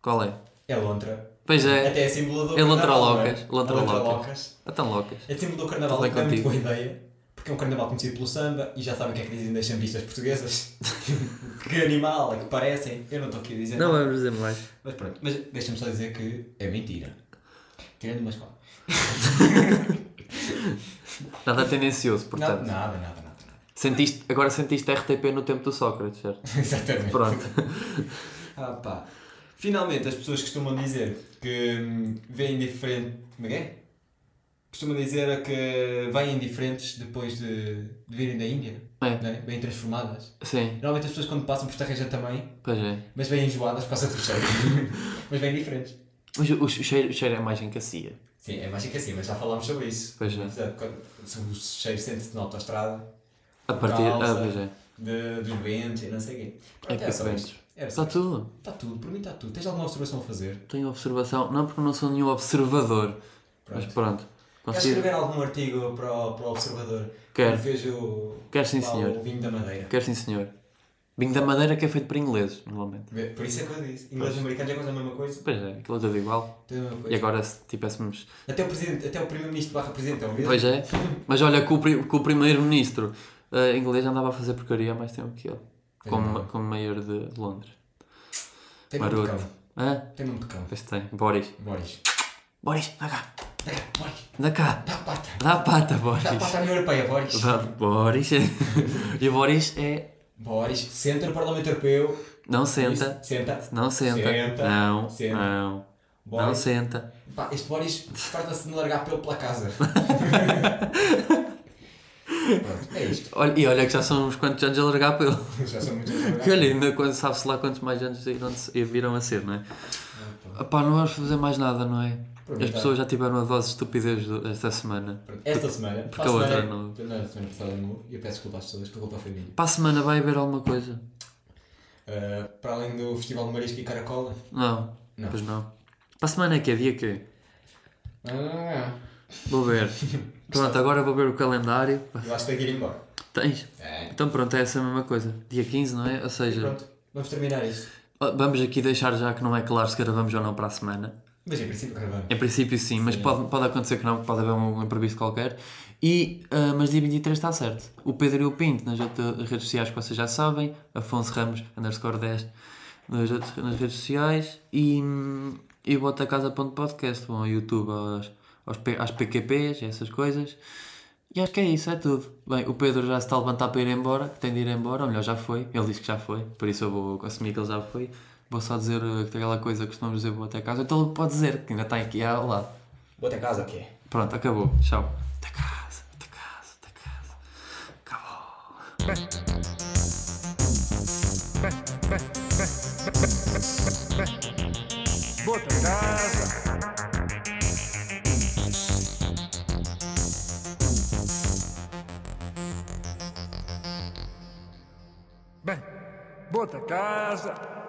Speaker 3: Qual é?
Speaker 4: É a lontra.
Speaker 3: Pois é.
Speaker 4: Até é símbolo do
Speaker 3: É lontra
Speaker 4: carnaval. não
Speaker 3: locas. Lontra
Speaker 4: Lontra
Speaker 3: locas.
Speaker 4: locas.
Speaker 3: Estão loucas.
Speaker 4: É símbolo do carnaval,
Speaker 3: Tudo bem
Speaker 4: que é muito boa
Speaker 3: contigo.
Speaker 4: ideia. porque é um carnaval conhecido pelo samba e já sabem o que é que dizem das sambistas portuguesas. que animal, é que parecem. Eu não estou aqui a dizer
Speaker 3: Não é-
Speaker 4: nada.
Speaker 3: vamos dizer mais.
Speaker 4: Mas pronto, mas deixa-me só dizer que é mentira. Tirando uma escola.
Speaker 3: Nada tendencioso, portanto.
Speaker 4: Nada, nada, nada, nada.
Speaker 3: Sentiste, agora sentiste RTP no tempo do Sócrates, certo?
Speaker 4: Exatamente.
Speaker 3: Pronto.
Speaker 4: Ah pá. Finalmente, as pessoas costumam dizer que hum, veem diferente. Como é que é? Costumam dizer que vêm diferentes depois de, de virem da Índia.
Speaker 3: É.
Speaker 4: Não é? Bem transformadas.
Speaker 3: Sim,
Speaker 4: Normalmente as pessoas quando passam por Tarreja também,
Speaker 3: pois é.
Speaker 4: mas vêm enjoadas por causa do cheiro. mas vêm diferentes.
Speaker 3: Mas o, o cheiro, o cheiro é mais encacia.
Speaker 4: Sim, é mais que assim, mas já falámos sobre isso.
Speaker 3: Pois é.
Speaker 4: Portanto, quando- Se o cheiro sente-se na autostrada,
Speaker 3: A partir. Ah,
Speaker 4: Calça.
Speaker 3: pois é.
Speaker 4: de, dos ventos e não sei o quê. Pronto,
Speaker 3: que
Speaker 4: era só
Speaker 3: bem.
Speaker 4: isto. Era só
Speaker 3: Está tudo.
Speaker 4: Está tudo, por mim está tudo. Tens alguma observação a fazer?
Speaker 3: Tenho observação. Não porque não sou nenhum observador. Mas pronto.
Speaker 4: Queres
Speaker 3: Consigo-
Speaker 4: escrever algum artigo para o, para o Observador?
Speaker 3: Quero.
Speaker 4: Eu Vejo
Speaker 3: Quero sim,
Speaker 4: lá
Speaker 3: senhor.
Speaker 4: o vinho da Madeira.
Speaker 3: Quer sim, senhor. Vinho da Madeira que é feito por ingleses, normalmente.
Speaker 4: Vê, Por isso é que eu disse. Inglês e americano é quase a mesma coisa.
Speaker 3: Pois é, aquilo é tudo igual.
Speaker 4: Tudo a mesma
Speaker 3: E
Speaker 4: coisa.
Speaker 3: agora se tivéssemos.
Speaker 4: Até o, presidente, até o primeiro-ministro barra presidente é o mesmo.
Speaker 3: Pois é. Mas olha, que o, pri- que o primeiro-ministro eh, inglês andava a fazer porcaria há mais tempo que ele.
Speaker 4: é.
Speaker 3: Como, como maior de de Londres.
Speaker 4: Tem nome de
Speaker 3: Maroto.
Speaker 4: um cão.
Speaker 3: Hã?
Speaker 4: Tem nome de cão.
Speaker 3: Pois tem. Boris.
Speaker 4: Boris.
Speaker 3: Boris, dá cá.
Speaker 4: Dá cá, Boris.
Speaker 3: Dá cá.
Speaker 4: Dá a pata.
Speaker 3: Dá a pata,
Speaker 4: Dá a
Speaker 3: Boris.
Speaker 4: pata à União Europeia, Boris.
Speaker 3: Dá- Boris. e o Boris é.
Speaker 4: Boris, senta no Parlamento Europeu.
Speaker 3: Não senta.
Speaker 4: Isso, Senta.
Speaker 3: Não senta.
Speaker 4: Senta.
Speaker 3: Não.
Speaker 4: Senta.
Speaker 3: Não. Não
Speaker 4: Boris.
Speaker 3: senta.
Speaker 4: Pá, este Boris farta-se de me largar pelo pela casa. Pronto, é isto.
Speaker 3: Olha, e olha que já são uns quantos anos a largar pelo.
Speaker 4: Já são muitos
Speaker 3: Que olha, ainda quando sabe-se lá quantos mais anos viram, viram a ser, não é? Pá, não vamos fazer mais nada, não é? As
Speaker 4: Aproveitar.
Speaker 3: pessoas já tiveram a dose de estupidez do- esta semana.
Speaker 4: Pronto, Esta semana,
Speaker 3: Porque
Speaker 4: para
Speaker 3: a
Speaker 4: a
Speaker 3: outra
Speaker 4: semana,
Speaker 3: não- é?
Speaker 4: não era semana passada de novo, e eu peço desculpa às pessoas, por culpa foi minha.
Speaker 3: Para a semana vai haver alguma coisa?
Speaker 4: Ah, para além do Festival de Marisco e Caracola,
Speaker 3: Não.
Speaker 4: Não.
Speaker 3: Pois não. Para a semana é que é? Dia que
Speaker 4: ah,
Speaker 3: Vou ver. Pronto, agora vou ver o calendário.
Speaker 4: eu acho que tenho que ir embora.
Speaker 3: Tens?
Speaker 4: É.
Speaker 3: Então pronto, é essa mesma coisa. Dia 15, não é? Ou seja,
Speaker 4: Pronto, vamos terminar isto.
Speaker 3: vamos aqui deixar já que não é claro se gravamos ou não para a semana.
Speaker 4: Mas em princípio gravamos.
Speaker 3: Em princípio sim, mas pode, pode acontecer que não, pode haver um imprevisto qualquer. E, ah, mas dia 23 está certo. O Pedro e o Pinto nas outras redes sociais que vocês já sabem, Afonso Ramos, underscore 10, nas, outras- nas redes sociais e, hum, e botacasa.podcast, vão ao YouTube, aos, aos, P- às PQPs, essas coisas. E acho que é isso, é tudo. Bem, o Pedro já se está a levantar para ir embora, que tem de ir embora, ou melhor, já foi. Ele disse que já foi, por isso eu vou assumir que ele já foi. Vou só dizer eh, que tem aquela coisa que costumamos dizer, vou até casa. Então ele pode dizer que ainda está aqui ao lado.
Speaker 4: Bota a casa, é? ok?
Speaker 3: Pronto, acabou. Tchau. Até casa, até casa, até casa. Acabou.
Speaker 1: Bota casa. Bem, bota casa.